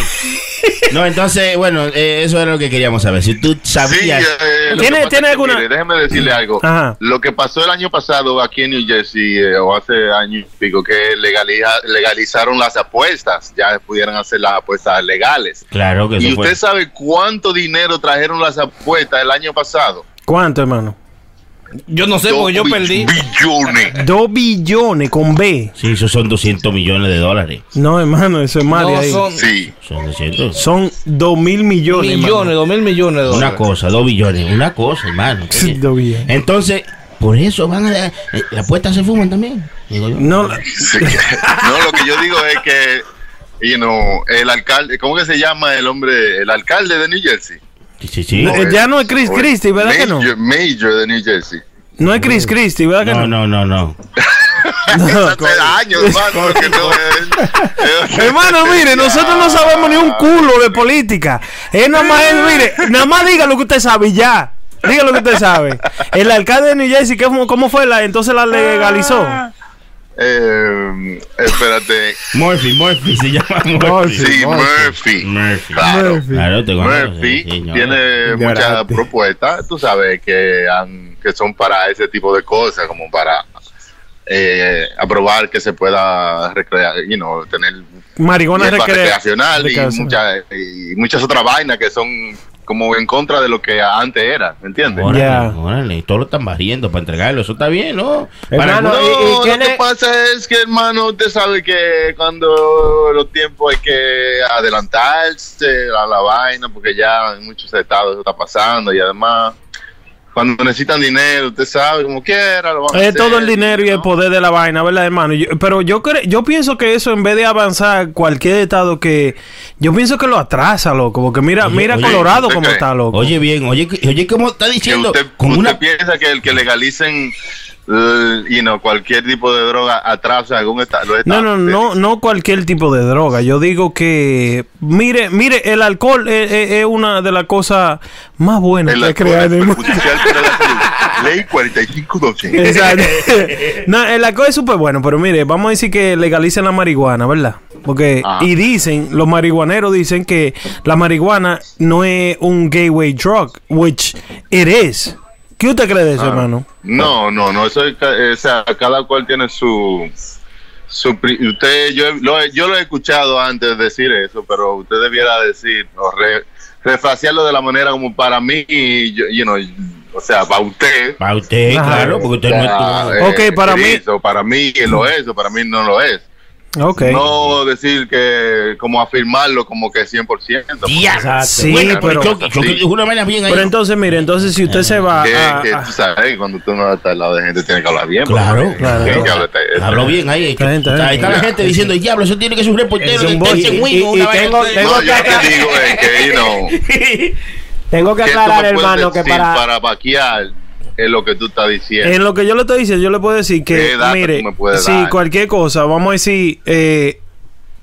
S4: No, entonces, bueno, eh, eso era lo que queríamos saber. Si tú
S10: Sí,
S4: sabías.
S10: eh, lo que
S3: ¿Tiene-
S10: pasa es
S3: tiene
S10: que,
S3: alguna- Ah.
S10: mire, déjeme decirle algo.
S3: Ajá.
S10: Lo que pasó el año pasado aquí en New Jersey, eh, o hace año y pico, que legaliza- legalizaron las apuestas. Ya pudieron hacer las apuestas legales.
S4: Claro que
S10: ¿Y
S4: eso
S10: usted
S4: fue.
S10: sabe cuánto dinero trajeron las apuestas el año pasado?
S3: ¿Cuánto, hermano?
S5: Yo no sé porque yo
S10: Dos bi-
S5: perdí.
S10: Billones.
S3: 2 billones con B.
S4: Sí, esos son 200 millones de dólares.
S3: No, hermano, eso es mal.
S5: No,
S3: ahí.
S5: son
S10: Sí.
S4: Son 200.
S3: Son 2 mil millones.
S5: millones,
S3: hermano.
S5: dos mil millones de
S4: Una
S5: dólares.
S4: cosa, dos billones. Una cosa, hermano.
S3: (laughs) Sí, dos billones.
S4: Entonces, por eso van a. la- eh, Las puertas se fuman también. Digo yo. (laughs)
S3: No, la-
S10: Sí. no, lo que yo digo es que, you know, el alcalde, ¿cómo que se llama el hombre? El alcalde de New Jersey.
S4: Sí, sí.
S3: Eh, ya no es Chris
S10: O el
S3: Christie, ¿verdad que no?
S10: Major- Major de New Jersey.
S3: no es Chris Christie, ¿verdad que
S4: No,
S3: no?
S4: no, no, no.
S10: (laughs) hace años, hermano, que no es-
S3: Hermano, mire, nosotros no sabemos ni un culo de política. Es nada más, es, mire, nada más diga lo que usted sabe y ya. Diga lo que usted sabe. El alcalde de New Jersey, ¿qué fu- ¿cómo fue? La, entonces la legalizó.
S10: (laughs) Eh, espérate.
S4: Murphy, Murphy se llama
S3: Murphy.
S4: Murphy.
S10: Sí, Murphy.
S4: Murphy.
S10: Claro.
S4: Claro, te conozco,
S10: Murphy
S4: sí, señor.
S10: tiene muchas
S2: Ignorante.
S10: propuestas, tú sabes, que, han- que son para ese tipo de cosas, como para eh, aprobar que se pueda recrear, you know, tener
S3: Marihuana
S10: hierba
S3: recre-
S10: recreacional y,
S3: recreacional.
S10: muchas y muchas otras vainas que son como en contra de lo que antes era, ¿me entiendes?
S4: Órale, órale, y todos lo están barriendo para entregarlo, eso está bien, ¿no? Para
S10: Hermano,
S4: algunos-
S10: no, lo que pasa es que, hermano, usted sabe que cuando los tiempos hay que adelantarse a la vaina, porque ya en muchos estados eso está pasando y además, cuando necesitan dinero, usted sabe, como quiera, lo van a
S3: Es Eh, todo el
S10: hacer.
S3: dinero y el poder de la vaina, ¿verdad, hermano? Yo- pero yo cre- yo pienso que eso, en vez de avanzar cualquier estado que... Yo pienso que lo atrasa, loco. Porque mira,
S4: Oye,
S3: mira
S4: oye,
S3: Colorado
S10: ¿usted
S3: como
S10: cree?
S3: está, loco.
S4: Oye, bien, oye, oye, ¿cómo está diciendo?
S10: usted,
S4: Con
S10: usted
S4: una...
S10: piensa que el que legalicen eh, you know, cualquier tipo de droga atrasa algún esta- los
S3: No,
S10: estados?
S3: no, no, no cualquier tipo de droga. Yo digo que, mire, mire, el alcohol es, es- es una de las cosas más buenas
S10: El
S3: que
S10: alcohol
S3: crea
S10: es
S3: en el mundo.
S10: perjudicial para la salud. Ley 4512.
S3: (laughs) Exacto. (laughs) no, el alcohol es súper bueno, pero mire, vamos a decir que legalicen la marihuana, ¿verdad? Porque,
S10: Ah.
S3: y dicen, los marihuaneros dicen que la marihuana no es un gateway drug, which it is. ¿Qué usted cree de eso,
S10: Ah.
S3: hermano?
S10: No, no, no, eso es, ca- eh, o sea, cada cual tiene su su pri- usted yo he- lo, he- yo lo he escuchado antes decir eso, pero usted debiera decir o re- refrasearlo de la manera como para mí y yo, you know, o sea, para usted.
S4: Para usted,
S3: Ajá.
S4: claro, porque usted no es
S10: Ah,
S4: tu-
S10: eh,
S3: Ok, para mí-
S10: eso, para mí lo es, o para mí no lo es.
S3: Ok.
S10: No decir que, como afirmarlo como que 100%. porque-
S4: Ya,
S3: Sí,
S4: bueno,
S3: pero-
S4: Chucky, Chucky dijo una vaina bien ahí.
S3: Pero entonces, mire, entonces si usted se va
S10: que,
S3: a-
S10: que
S3: a-
S10: tú sabes que cuando tú no estás al lado de gente tienes que hablar bien.
S4: Claro,
S10: porque-
S3: claro.
S10: tienes que hablar- eh,
S4: Habló bien ahí.
S3: Está bien, está
S4: Está-
S3: bien.
S4: está la gente diciendo, diablo, eso tiene que ser un reportero.
S2: un
S4: de-
S2: boy.
S4: de- de-
S2: Y-
S4: de-
S2: y-
S4: una
S2: y
S4: vaina
S2: tengo-
S4: así.
S2: tengo-
S10: No, yo lo que digo es que, you know,
S2: Tengo que
S10: ¿qué tú
S2: aclarar,
S10: me puedes
S2: hermano, que
S10: decir
S2: para...
S10: para... vaquear es lo que tú estás diciendo.
S3: En lo que yo le estoy diciendo, yo le puedo decir que,
S10: ¿Qué dato
S3: mire,
S10: tú me puedes
S3: si
S10: dar?
S3: cualquier cosa, vamos a decir, eh,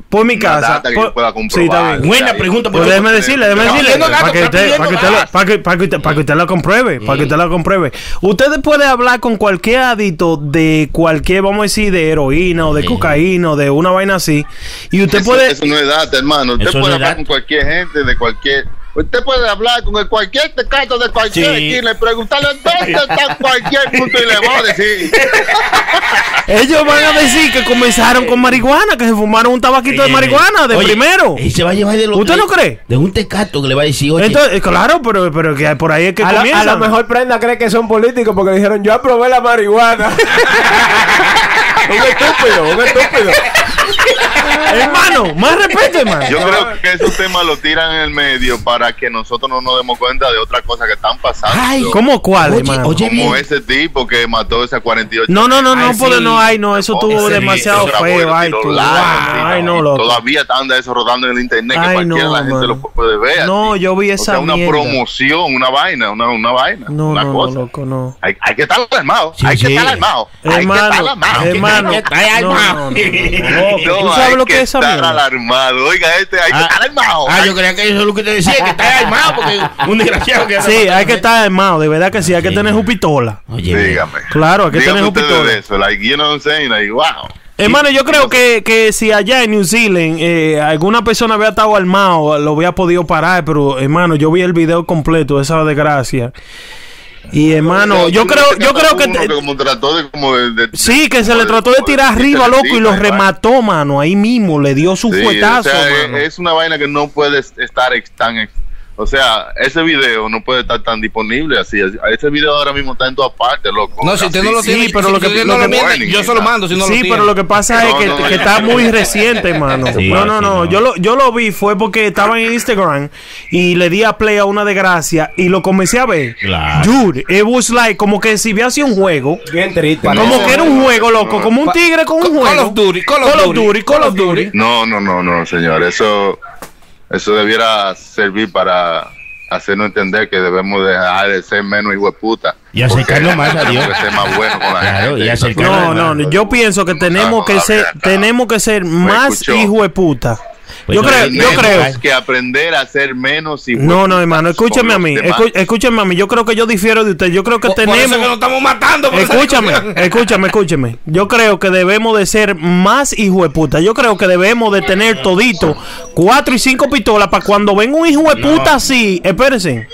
S3: por mi
S10: Una
S3: casa.
S10: data que
S3: por-
S10: yo pueda
S3: sí, está
S10: comprobar.
S3: bien.
S4: Buena pregunta,
S3: Pues
S4: porque-
S3: déjeme decirle, déjeme
S10: Está
S3: decirle.
S10: pidiendo
S4: datos,
S3: Para que
S4: está
S3: usted, para
S4: pidiendo
S3: que usted, lo-
S4: datos.
S3: para que, para que usted, para que usted lo compruebe. Para que usted lo compruebe. Usted puede hablar con cualquier adicto de cualquier, vamos a decir, de heroína o de cocaína o de una vaina así. Y usted
S10: Eso-
S3: puede.
S10: Eso no es data, hermano. Usted
S4: Eso no
S10: puede
S4: es
S10: hablar
S4: data.
S10: con cualquier gente, de cualquier. Usted puede hablar con el cualquier tecato de cualquier
S4: Sí.
S10: esquina y preguntarle dónde está cualquier punto y le va a decir.
S3: Ellos van a decir que comenzaron con marihuana, que se fumaron un tabaquito de marihuana de
S4: Oye,
S3: primero.
S4: Y se va a llevar de los-
S3: ¿Usted no cree?
S4: De un tecato que le va a decir, oye.
S3: Entonces, eh, claro, pero, pero que por ahí es que
S2: A lo,
S3: comienza.
S2: a lo mejor Prenda cree que son políticos porque dijeron, yo aprobé la marihuana. un estúpido, un estúpido.
S3: hermano, más respeto, hermano.
S10: Yo creo que esos temas los tiran en el medio para que nosotros no nos demos cuenta de otras cosas que están pasando.
S4: Ay,
S3: ¿Cómo cuál,
S4: oye,
S3: hermano?
S4: oye,
S10: como
S4: bien.
S10: ese tipo que mató a esa 48.
S3: No, no, no, no,
S4: Ay,
S3: porque
S4: sí.
S3: no, ay, no, eso tuvo
S4: ese-
S3: demasiado
S10: Eso era
S3: feo,
S10: bueno,
S3: ay,
S10: tiro
S3: tú,
S10: live,
S3: ah,
S10: así,
S3: ay,
S10: ¿no?
S3: no,
S10: Y
S3: loco.
S10: Todavía anda eso rodando en el internet que
S3: Ay,
S10: cualquiera
S3: no,
S10: la gente
S3: mano.
S10: lo puede ver.
S3: No, yo vi
S10: o
S3: esa
S10: sea, una
S3: mierda.
S10: promoción, una vaina, una, una vaina,
S3: No,
S10: una
S3: no,
S10: cosa.
S3: no, loco, no.
S10: Hay, hay que estar alarmado,
S4: Sí,
S10: hay
S4: sí.
S10: que estar alarmado, hay que estar
S3: Hermano,
S10: alarmado.
S3: hermano,
S4: Ay, ay, ay,
S3: no, no, no, no,
S4: ay.
S3: no, loco,
S10: No,
S3: ¿tú sabes
S10: hay
S3: lo que es esa
S10: estar
S3: mierda?
S10: alarmado. Oiga, este, hay que
S4: Ah,
S10: estar alarmado.
S4: Ah, yo creía que eso es lo que usted decía, que está armado, porque (laughs) un desgraciado que
S3: Sí, hay que estar armado, de verdad que sí, hay que tener un pistola.
S4: Oye, bien.
S10: Dígame.
S3: Claro, hay que
S10: Dígame
S3: tener un
S10: ustedes
S3: pistola.
S10: de eso, like, you know what I'm saying, like, wow.
S3: Hermano, yo creo que, que si allá en New Zealand eh, alguna persona había estado armado, lo había podido parar, pero hermano, yo vi el video completo de esa desgracia. Y hermano, Ah, yo creo, yo creo que...
S10: Uno
S3: te-
S10: como trató de como de- de-
S3: Sí, que se
S10: como
S3: le
S10: de-
S3: trató de
S10: como (laughs)
S3: tirar arriba,
S10: meterle
S3: loco, y lo
S10: encima, ¿verdad?
S3: remató, mano. Ahí mismo le dio su
S10: Sí,
S3: fuetazo,
S10: o sea, eh, e,
S3: mano.
S10: es- es una vaina que no puede estar ex- tan ex- o sea, ese video no puede estar tan disponible así. así. Ese video ahora mismo está en todas partes, loco.
S5: No, si usted no lo
S10: Así,
S5: tiene,
S10: sí,
S5: pero
S10: sí,
S5: lo que,
S10: sí,
S5: no
S10: sí,
S5: lo
S10: warning,
S5: manda, yo se lo
S10: ¿verdad?
S5: mando si no lo
S3: sí,
S5: tiene.
S3: pero lo que pasa es
S10: No,
S3: que,
S10: no,
S3: que
S10: no, no. (laughs)
S3: está muy reciente, hermano.
S4: Sí,
S3: no, no,
S4: sí,
S3: no.
S4: no.
S3: Yo, lo, yo lo vi, fue porque estaba en Instagram y le di a play a una desgracia y lo comencé a ver.
S4: Claro.
S3: Dude, it was like, como que si hubiese un juego.
S2: Bien triste.
S3: Como
S10: no,
S3: que era un
S10: no,
S3: juego,
S10: no,
S3: loco.
S10: no.
S3: Como un
S5: Pa-
S3: tigre con un
S5: Call
S3: juego.
S5: of Duty, Call of Duty,
S3: Call of Duty.
S10: No, no, no, no, señor. Eso, eso debiera servir para hacernos entender que debemos dejar de ser menos hijo de puta.
S4: Y acercarnos más a Dios.
S10: Ser más bueno con la
S4: Claro,
S10: gente.
S4: y acercarnos
S3: No, no, no, yo pienso
S10: Ah,
S3: que tenemos que ser, tenemos que ser más
S10: escuchó.
S3: hijo de puta.
S4: Pues
S3: Yo
S4: no,
S3: creo,
S4: no,
S10: Tenemos
S3: yo creo.
S10: que aprender a ser menos hijo
S3: No, no, hermano, escúcheme a mí, escu- escúcheme a mí, yo creo que yo difiero de usted, yo creo que
S5: Por- por eso
S3: tenemos...
S5: que nos estamos matando. por eso que-
S3: Escúchame, escúchame, escúchame. Yo creo que debemos de ser más hijo de puta. Yo creo que debemos de tener todito cuatro y cinco pistolas para cuando venga un hijo de puta así, espérense,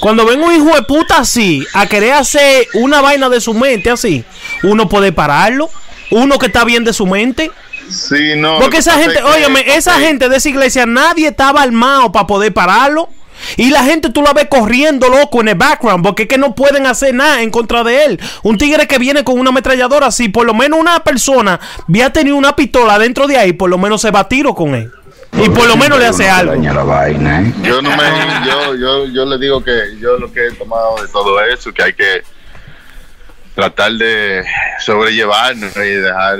S3: cuando venga un hijo de puta así a querer hacer una vaina de su mente así, uno puede pararlo. uno que está bien de su mente.
S10: Sí, no.
S3: Porque
S10: lo
S3: esa
S10: que pasa
S3: gente,
S10: es que-
S3: óyeme, esa gente de esa iglesia, nadie estaba armado para poder pararlo. Y la gente tú la ves corriendo loco en el background porque es que no pueden hacer nada en contra de él. Un tigre que viene con una ametralladora, si por lo menos una persona había tenido una pistola dentro de ahí, por lo menos se va a tiro con él. Y por lo menos le hace algo.
S10: Yo no me, yo, yo, yo le digo que yo lo que he tomado de todo eso, que hay que tratar de sobrellevarnos y dejar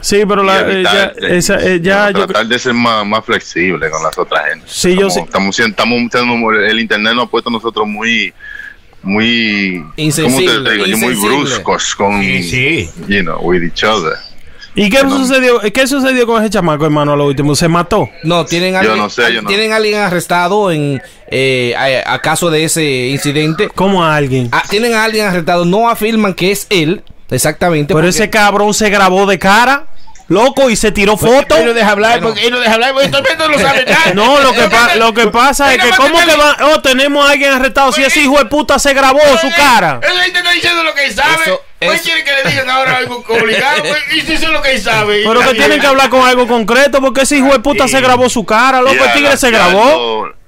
S3: Sí, pero la-
S10: y
S3: eh,
S10: evitar-
S3: ya, esa, eh, ya
S10: no,
S3: yo
S10: tratar de ser más, más flexible con las otras gente.
S3: Sí, yo
S10: Estamos-
S3: sí.
S10: Estamos, siendo- estamos, siendo- el internet nos ha puesto a nosotros muy, muy, ¿cómo te
S5: Insensible,
S10: digo? Yo muy
S5: insensible.
S10: bruscos con, you know, with each other.
S3: ¿Y qué sucedió? ¿Qué sucedió con ese chamaco, hermano, a lo último? ¿Se mató?
S5: No, tienen
S10: Yo
S5: alguien,
S10: no sé, yo no-
S5: tienen alguien arrestado en eh, a, a caso de ese incidente.
S3: ¿Cómo a alguien?
S5: Ah, tienen a alguien arrestado, no afirman que es él exactamente.
S3: Pero
S5: porque-
S3: ese cabrón se grabó de cara, loco, y se tiró foto.
S4: Él no deja hablar, porque él no deja hablar, porque todo el mundo lo sabe
S3: (laughs)
S4: nada.
S3: No, lo que, pa- lo que pasa es
S4: Venga,
S3: que cómo
S4: mándale.
S3: que va, oh, tenemos a alguien arrestado si ese hijo de puta se grabó su cara.
S4: Él ahí te está diciendo lo que él sabe.
S5: Eso-
S4: Pues
S5: eso-
S4: quiere que le digan ahora algo complicado. Pues, y si eso es lo que él sabe.
S3: Pero que tienen que hablar con algo concreto porque ese hijo de puta se grabó su cara, Ah, loco, el
S10: Ya,
S3: tigre
S10: la-
S3: se
S10: ya
S3: grabó.
S10: Lo,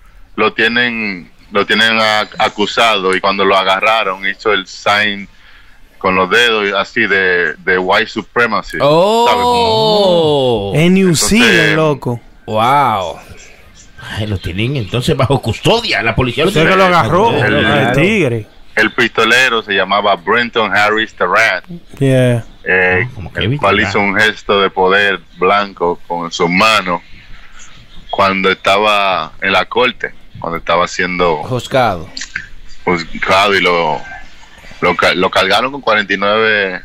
S10: lo tienen, lo tienen a- acusado y cuando lo agarraron hizo el sign con los dedos y así de, de white supremacy.
S4: Oh.
S10: ¿sabes? Como-
S5: Oh,
S3: En New
S10: Entonces,
S3: Zealand, loco.
S5: wow.
S4: Ay, lo tienen entonces bajo custodia. La policía lo
S3: Sé que lo agarró
S10: el-
S3: el tigre.
S10: El pistolero se llamaba Brenton Harris Tarrant,
S3: Yeah.
S10: eh,
S4: como Oh, que
S10: el
S4: viste,
S10: cual
S4: ya.
S10: hizo un gesto de poder blanco con sus manos cuando estaba en la corte, cuando estaba siendo
S5: Joscado.
S10: juzgado Pues, y lo, lo, ca- lo cargaron con 49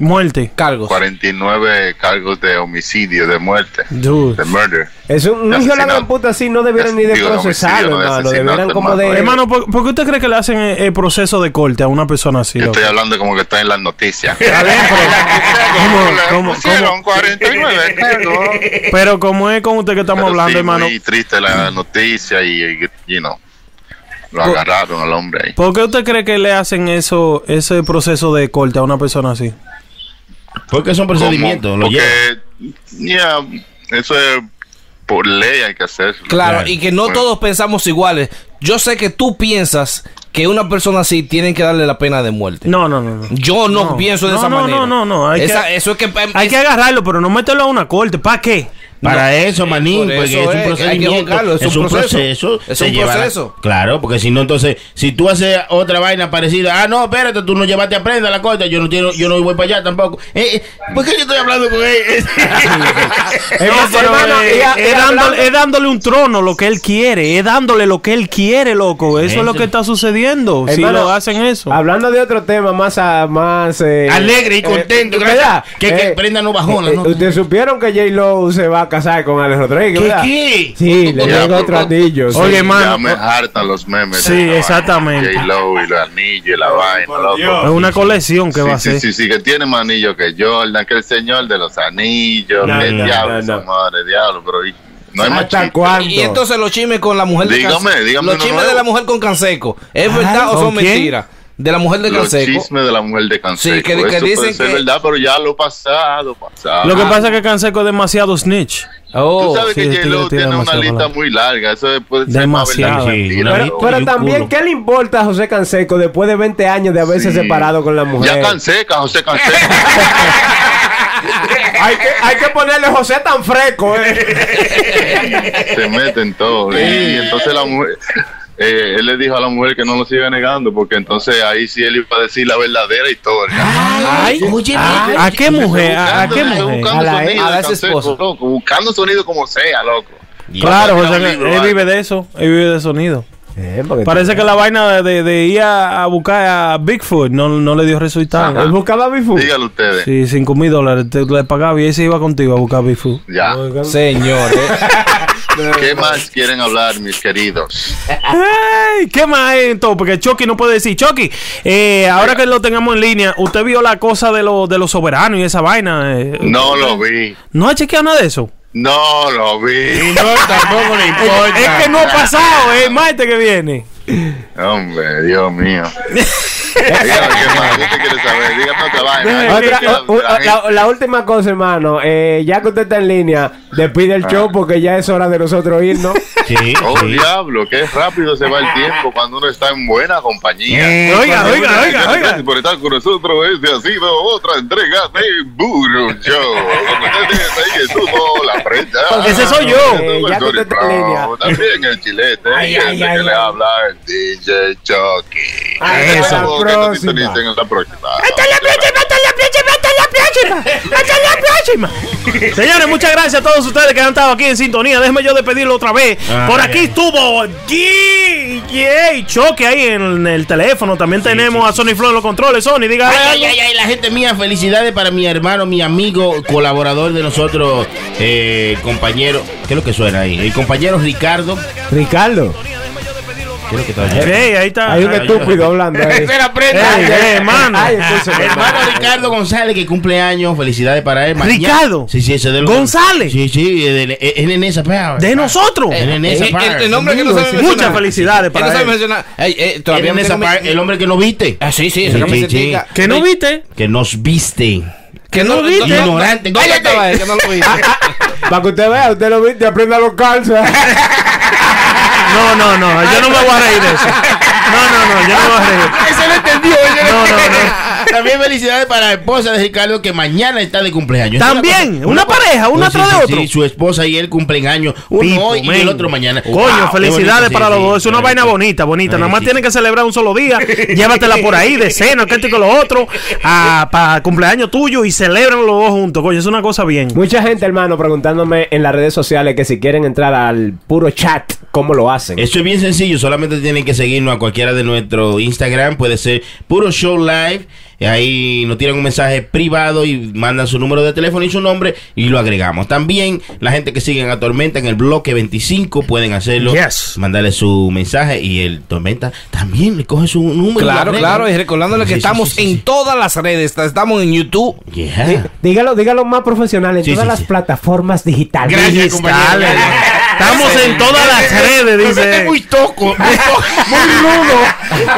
S3: Muerte.
S5: Cargos.
S10: 49 cargos de homicidio, de muerte,
S3: Dude.
S10: de murder.
S2: Es un, un hijo de la gran puta así, no debieron ni de
S10: Digo, de
S2: procesarlo,
S10: homicidio, no de asesinato,
S2: hermano. Debieran como
S10: hermano.
S2: de.
S3: Hermano, ¿por, por qué usted cree que le hacen el, el proceso de corte a una persona así,
S10: Yo
S3: loco?
S10: estoy hablando como que está en las noticias.
S3: ¿Cómo-
S10: (laughs)
S3: cómo-
S10: Pusieron 49 cargos.
S3: Pero como es con usted que
S10: Pero
S3: estamos hablando,
S10: sí,
S3: hermano, Mm.
S10: Muy triste la noticia y, y, you know, lo agarraron al hombre ahí.
S3: ¿por qué usted cree que le hacen eso, ese proceso de corte a una persona así?
S4: Porque son procedimientos.
S10: Como-
S4: Lo llevan.
S10: Porque, yeah, eso es por ley hay que hacerlo.
S5: Claro, y que no
S10: Bueno.
S5: todos pensamos iguales. Yo sé que tú piensas que una persona así tienen que darle la pena de muerte.
S3: No, no, no. no.
S5: Yo no,
S3: No.
S5: pienso de
S3: No,
S5: esa
S3: no,
S5: manera.
S3: no, no, no. Hay que-
S5: Esa- eso es que em,
S3: Hay que
S5: es-
S3: agarrarlo, pero no mételo a una corte. ¿Para qué?
S4: Para eso, manín,
S5: por eso
S4: porque es un
S5: es, hay que
S4: procedimiento.
S5: juzgarlo,
S4: Es un proceso.
S5: es
S4: se
S5: un
S4: llevará-
S5: proceso.
S4: Claro, porque si no, entonces, si tú haces otra vaina parecida, ah, no, espérate, tú no llevaste a prenda a la corte, yo no quiero, yo no voy para allá tampoco. Eh, eh, ¿Por qué yo estoy
S5: (laughs)
S4: hablando con él? (laughs)
S3: No, pero,
S2: (laughs) hermano,
S3: eh,
S2: ella-
S3: es
S2: ella
S3: dándole,
S2: hablando-
S3: es dándole un trono lo que él quiere. Es dándole lo que él quiere, loco. Eso es lo
S4: Eso.
S3: que está sucediendo. Si
S2: Hermano,
S3: lo hacen eso.
S2: Hablando de otro tema más. a- más eh,
S4: Alegre y contento,
S2: eh,
S4: gracias.
S2: ¿verdad?
S4: Que- que Brenda no bajó la
S2: eh,
S4: nota.
S2: Ustedes supieron que J-Lo se va a casar con Alex Rodríguez, ¿verdad?
S4: ¿Qué?
S2: Sí, le
S10: Ya,
S2: llega
S10: por
S2: otro
S10: favor.
S2: anillo. sí.
S3: Oye,
S10: Ya
S3: hermano,
S10: me hartan los memes.
S3: Sí, exactamente.
S10: J-Lo y los anillos y la vaina, loco.
S3: es una colección que
S10: sí,
S3: va a
S10: sí,
S3: ser.
S10: Sí, sí, que tiene más anillos que Jordan, que el señor de los anillos,
S2: No,
S10: que
S2: no,
S10: diablo,
S2: no, no.
S10: esa madre, diablo, pero y- no hay más
S2: ¿Hasta
S10: chiste.
S2: cuándo?
S5: Y entonces los chismes con la mujer de
S10: Dígame,
S5: Canseco.
S10: dígame
S5: Los
S10: uno
S5: chismes
S10: nuevo.
S5: de la mujer con Canseco. ¿Es verdad o
S3: ¿con
S5: son
S3: quién?
S5: mentiras? De la mujer de
S10: Los
S5: Canseco.
S10: chismes de la mujer de Canseco.
S5: Sí, que- que
S10: Eso
S5: dicen
S10: puede ser
S5: que-
S10: verdad, pero ya lo pasado, pasado.
S3: Lo que pasa es que Canseco es demasiado snitch.
S10: Ah. Tú
S5: Oh,
S10: sabes
S3: sí,
S10: que
S3: el tigre
S10: J-Lo
S3: tira
S10: tiene una
S3: demasiado
S10: lista
S3: palabra.
S10: muy larga. Eso es- puede ser
S3: Demasiado.
S10: más verdad que
S4: Sí,
S10: mentira,
S4: una
S10: ¿no?
S2: Pero, pero
S4: y un
S2: también,
S4: culo.
S2: ¿qué le importa a José Canseco después de 20 años de haberse
S10: Sí.
S2: separado con la mujer?
S10: Ya Canseca, José
S2: (laughs)
S10: Canseca.
S2: hay, que, hay que ponerle José tan fresco, ¿eh?
S9: (laughs)
S10: se meten todo. Y entonces la mujer, eh, él le dijo a la mujer que no lo siga negando, porque entonces ahí sí él iba a decir la verdadera historia.
S3: Ay, ¿A, a qué mujer? Ah, ¿A, a e- qué
S10: Ah, Buscando-
S3: mujer?
S10: Buscando
S2: A la-
S10: sonido,
S5: a la
S10: de
S5: ex
S10: Canseco,
S5: esposa.
S10: loco, buscando sonido como sea, loco.
S3: Claro,
S10: Vamos a tirar
S3: José,
S10: un libro,
S3: él
S10: vale.
S3: vive de eso. Él vive de sonido.
S2: Eh, porque-
S3: Parece que la vaina de, de ir a, a buscar a Bigfoot no, no le dio resultado.
S2: Él buscaba a Bifu.
S10: Dígalo ustedes.
S3: Sí, 5 mil dólares te- le pagaba y ese iba contigo a buscar Bigfoot.
S10: Ya.
S5: señores.
S10: (laughs) ¿Qué más quieren hablar, mis queridos?
S3: Ay, ¿Qué más hay entonces? Porque Chucky no puede decir. Chucky, eh, ahora que lo tengamos en línea, usted vio la cosa de, lo, de los soberanos y esa vaina. eh.
S10: No lo vi.
S3: ¿No ha chequeado nada de eso?
S10: No lo vi. (laughs)
S4: tampoco le
S3: Es que no ha pasado, es el martes que viene.
S10: Hombre, Dios mío. ¿Qué más? ¿Qué te quieres saber? Dígame otra vaina.
S2: Otra-
S10: La-
S2: u- u-
S10: la gente-
S2: la, la última cosa, hermano. eh, ya que usted está en línea, despide
S4: Ah.
S2: el show porque ya es hora de nosotros irnos.
S4: (laughs)
S5: Sí,
S10: (laughs) Oh,
S5: sí.
S10: diablo, qué rápido se va el tiempo cuando uno está en buena compañía.
S5: Eh,
S3: oiga,
S10: Bueno,
S3: oiga,
S10: muchas
S3: oiga,
S10: gracias
S3: oiga.
S10: Por estar con nosotros, este ha sido otra entrega de Burro Show. Con ustedes ahí estuvo la prensa.
S2: (laughs)
S3: Ese soy yo.
S2: Eh, ya
S10: Estuvo el
S2: contesta en
S10: Tony
S2: línea.
S10: Brown, También el chilete.
S2: Ay,
S10: y el
S2: ay,
S10: que
S2: ay,
S10: le
S2: ay.
S10: habla el DJ Chucky.
S2: Hasta
S10: Eso.
S2: la
S10: Que nos
S2: próxima.
S10: sintonicen en la próxima.
S3: Señores, muchas gracias a todos ustedes que han estado aquí en sintonía. Déjenme yo despedirlo otra vez.
S5: Ah,
S3: Por
S5: bien.
S3: aquí estuvo DJ Choque ahí en el teléfono. También tenemos a Sony Flow en los controles. Sony, dígale
S4: Ay, ay,
S3: algo.
S4: ay, ay, la gente mía, felicidades para mi hermano, mi amigo, colaborador de nosotros, eh, compañero, ¿qué es lo que suena ahí? El compañero Ricardo, ¿qué
S2: Ricardo,
S4: es lo que está oyendo?
S3: Ey, ahí está.
S2: hay un
S3: Ay,
S2: estúpido hablando ahí.
S1: Esa era prenda.
S3: ey, ey, hermano.
S2: Ay, escúchame,
S4: Hermano Ricardo González, que cumple años, felicidades para él. Mañana-
S3: Ricardo.
S4: Sí, sí, ese de los-
S3: González.
S4: Sí, sí, es de- es en esa power.
S3: De nosotros.
S4: Es en esa
S5: El, el- el
S4: power.
S5: nombre que no sabe
S3: Muchas
S5: mencionar.
S3: felicidades para
S5: Que no sabe
S3: él.
S5: mencionar. Ey, eh,
S4: Es
S5: todavía
S4: en
S5: me
S4: esa
S5: tengo
S4: power,
S5: mi-
S4: El hombre que no viste.
S5: Ah, sí, sí, esa
S4: Sí,
S5: camisetica.
S4: sí.
S3: ¿Que no viste?
S4: Que nos viste.
S5: Que no lo
S4: viste. Ignorante,
S5: Ahí
S4: cómete.
S5: estaba él, que no lo viste.
S2: Para que usted vea, usted lo viste, aprenda los calzas.
S3: (laughs) No, no, no. Yo no me voy a reír de eso. No, no, no. Yo no me voy a reír.
S4: Ese no entendió. ese
S3: No, no,
S4: entendió.
S3: no.
S4: También felicidades para la esposa de Ricardo que mañana está de cumpleaños.
S3: También, una
S4: cosa-
S3: pareja, uno
S4: Sí,
S3: tras de
S4: sí,
S3: otro.
S4: Sí, su esposa y él cumplen años. Uno
S3: Pipo,
S4: hoy y
S3: men.
S4: el otro mañana.
S3: Coño,
S4: Wow, qué
S3: felicidades
S4: bonito,
S3: para
S4: sí,
S3: los dos.
S4: sí,
S3: Es una
S4: sí.
S3: vaina bonita, bonita.
S4: Ay,
S3: Nada más
S4: sí.
S3: tienen que celebrar un solo
S4: (laughs)
S3: día. Llévatela por ahí de cena, que este con los otros, para cumpleaños tuyo y celebran los dos juntos. Coño, es una cosa bien.
S2: Mucha gente, hermano, preguntándome en las redes sociales que si quieren entrar al puro chat, ¿cómo lo hacen?
S4: Eso es bien sencillo, solamente tienen que seguirnos a cualquiera de nuestro Instagram, puede ser Puro Show Live, y ahí nos tiran un mensaje privado y mandan su número de teléfono y su nombre y lo agregamos. También la gente que siguen a Tormenta en el bloque 25 pueden hacerlo,
S3: Yes.
S4: mandarle su mensaje y el Tormenta también le coge su número. y lo
S5: Claro,
S4: agrega.
S5: claro, y recordándole
S4: Sí,
S5: que
S4: sí,
S5: estamos
S4: sí, sí,
S5: en
S4: sí.
S5: todas las redes, estamos en YouTube.
S4: Yeah.
S2: Dí- Dígalo, dígalo más profesional en
S4: Ah. Sí,
S2: todas
S4: sí,
S2: las
S4: sí.
S2: plataformas digitales.
S4: Gracias, compañero.
S3: Digitales. Estamos en todas las redes,
S4: Me mete
S3: dice.
S4: muy toco, muy toco.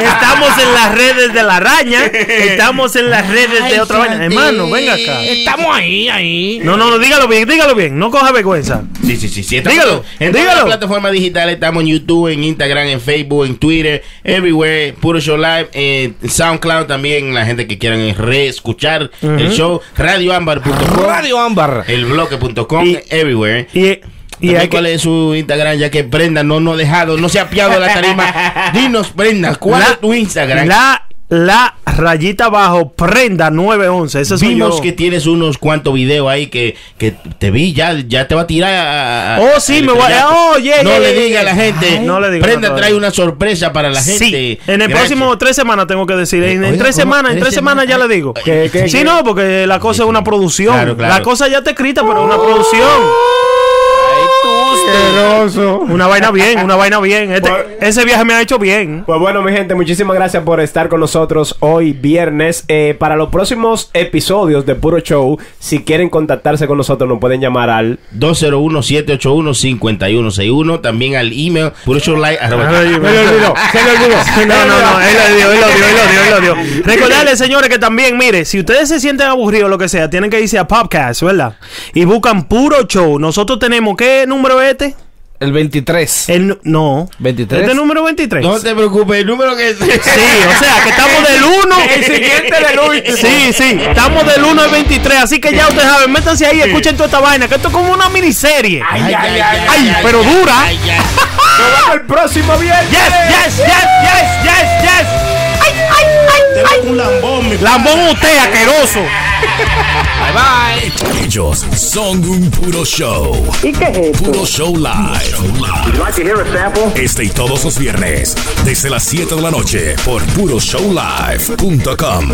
S3: Estamos en las redes de la araña. Estamos en las redes de otra vaina. Hermano, venga acá.
S5: Estamos ahí, ahí.
S3: No, no, no, dígalo bien, dígalo bien. No coja vergüenza.
S4: Sí, sí, sí, sí. Estamos
S3: Dígalo,
S4: En
S3: dígalo.
S4: todas las plataformas digitales estamos en YouTube, en Instagram, en Facebook, en Twitter, everywhere. Puro Show Live, en SoundCloud también. La gente que quieran reescuchar el show, radioambar.com,
S5: Radio Ámbar.
S4: elbloque.com,
S3: Y-
S4: everywhere.
S3: Y, e- y
S4: También,
S3: hay
S4: ¿Cuál
S3: que.
S4: es su Instagram? Ya que Brenda no nos ha dejado, no se ha piado de la
S3: (laughs)
S4: tarima. Dinos, Brenda, ¿cuál
S3: La-
S4: es tu Instagram?
S3: La, la rayita abajo, prenda 911. Ese soy
S4: Vimos
S3: yo.
S4: que tienes unos cuantos videos ahí que, que te vi, ya, ya te va a tirar a, a-
S3: Oh,
S4: a-
S3: sí,
S4: al
S3: me voy a-
S4: estrellato.
S3: oh, yeah,
S4: No
S3: yeah,
S4: le
S3: yeah,
S4: diga a la
S3: yeah.
S4: gente.
S3: Ay. No le diga
S4: Prenda
S3: nada
S4: trae
S3: todavía.
S4: una sorpresa para la gente.
S3: Sí, en el
S4: Gracias.
S3: próximo tres semanas tengo que decir. En, en
S4: Oiga,
S3: tres
S4: ¿cómo?
S3: semanas, en tres semanas ya le digo.
S2: ¿Qué, qué,
S3: sí,
S2: qué?
S3: no, porque la cosa es una producción.
S4: Claro, claro.
S3: La cosa ya está escrita, pero es una producción.
S2: Asqueroso.
S3: Una vaina bien, una vaina bien. Este-
S2: Por-
S3: ese viaje me ha hecho bien.
S2: Pues bueno, mi gente, muchísimas gracias por estar con nosotros hoy viernes. Eh, para los próximos episodios de Puro Show, si quieren contactarse con nosotros, nos pueden llamar al
S4: 201-781-5161. También al email. puroshowlive arroba-
S2: se le olvidó.
S4: (laughs)
S3: (laughs) No, no, no, él lo dio, él lo dio, él lo dio, él lo dio. (laughs) Recordarles, señores, que también, mire, si ustedes se sienten aburridos o lo que sea, tienen que irse a Podcast, ¿verdad? Y buscan puro show. Nosotros tenemos, ¿qué número es este?
S5: El 23.
S3: El, nu- no.
S5: 23.
S3: Este número 23.
S4: No te preocupes, el número que
S3: (laughs) Sí, o sea, que estamos del 1.
S2: El siguiente del último.
S3: Sí, sí, estamos del 1 al 23. Así que ya ustedes saben, métanse ahí, escuchen toda esta vaina, que esto es como una miniserie. Ay,
S4: Ay, ay, ay,
S3: pero dura.
S2: Nos vemos el próximo viernes.
S3: Yes, yes, yes, yes, yes, yes. Ay, ay, ay, ay. Un lambón, usted, asqueroso.
S12: Ellos son un puro show. ¿Y qué es Puro show live. Este y todos los viernes, desde las 7 de la noche, por puroshowlive.com.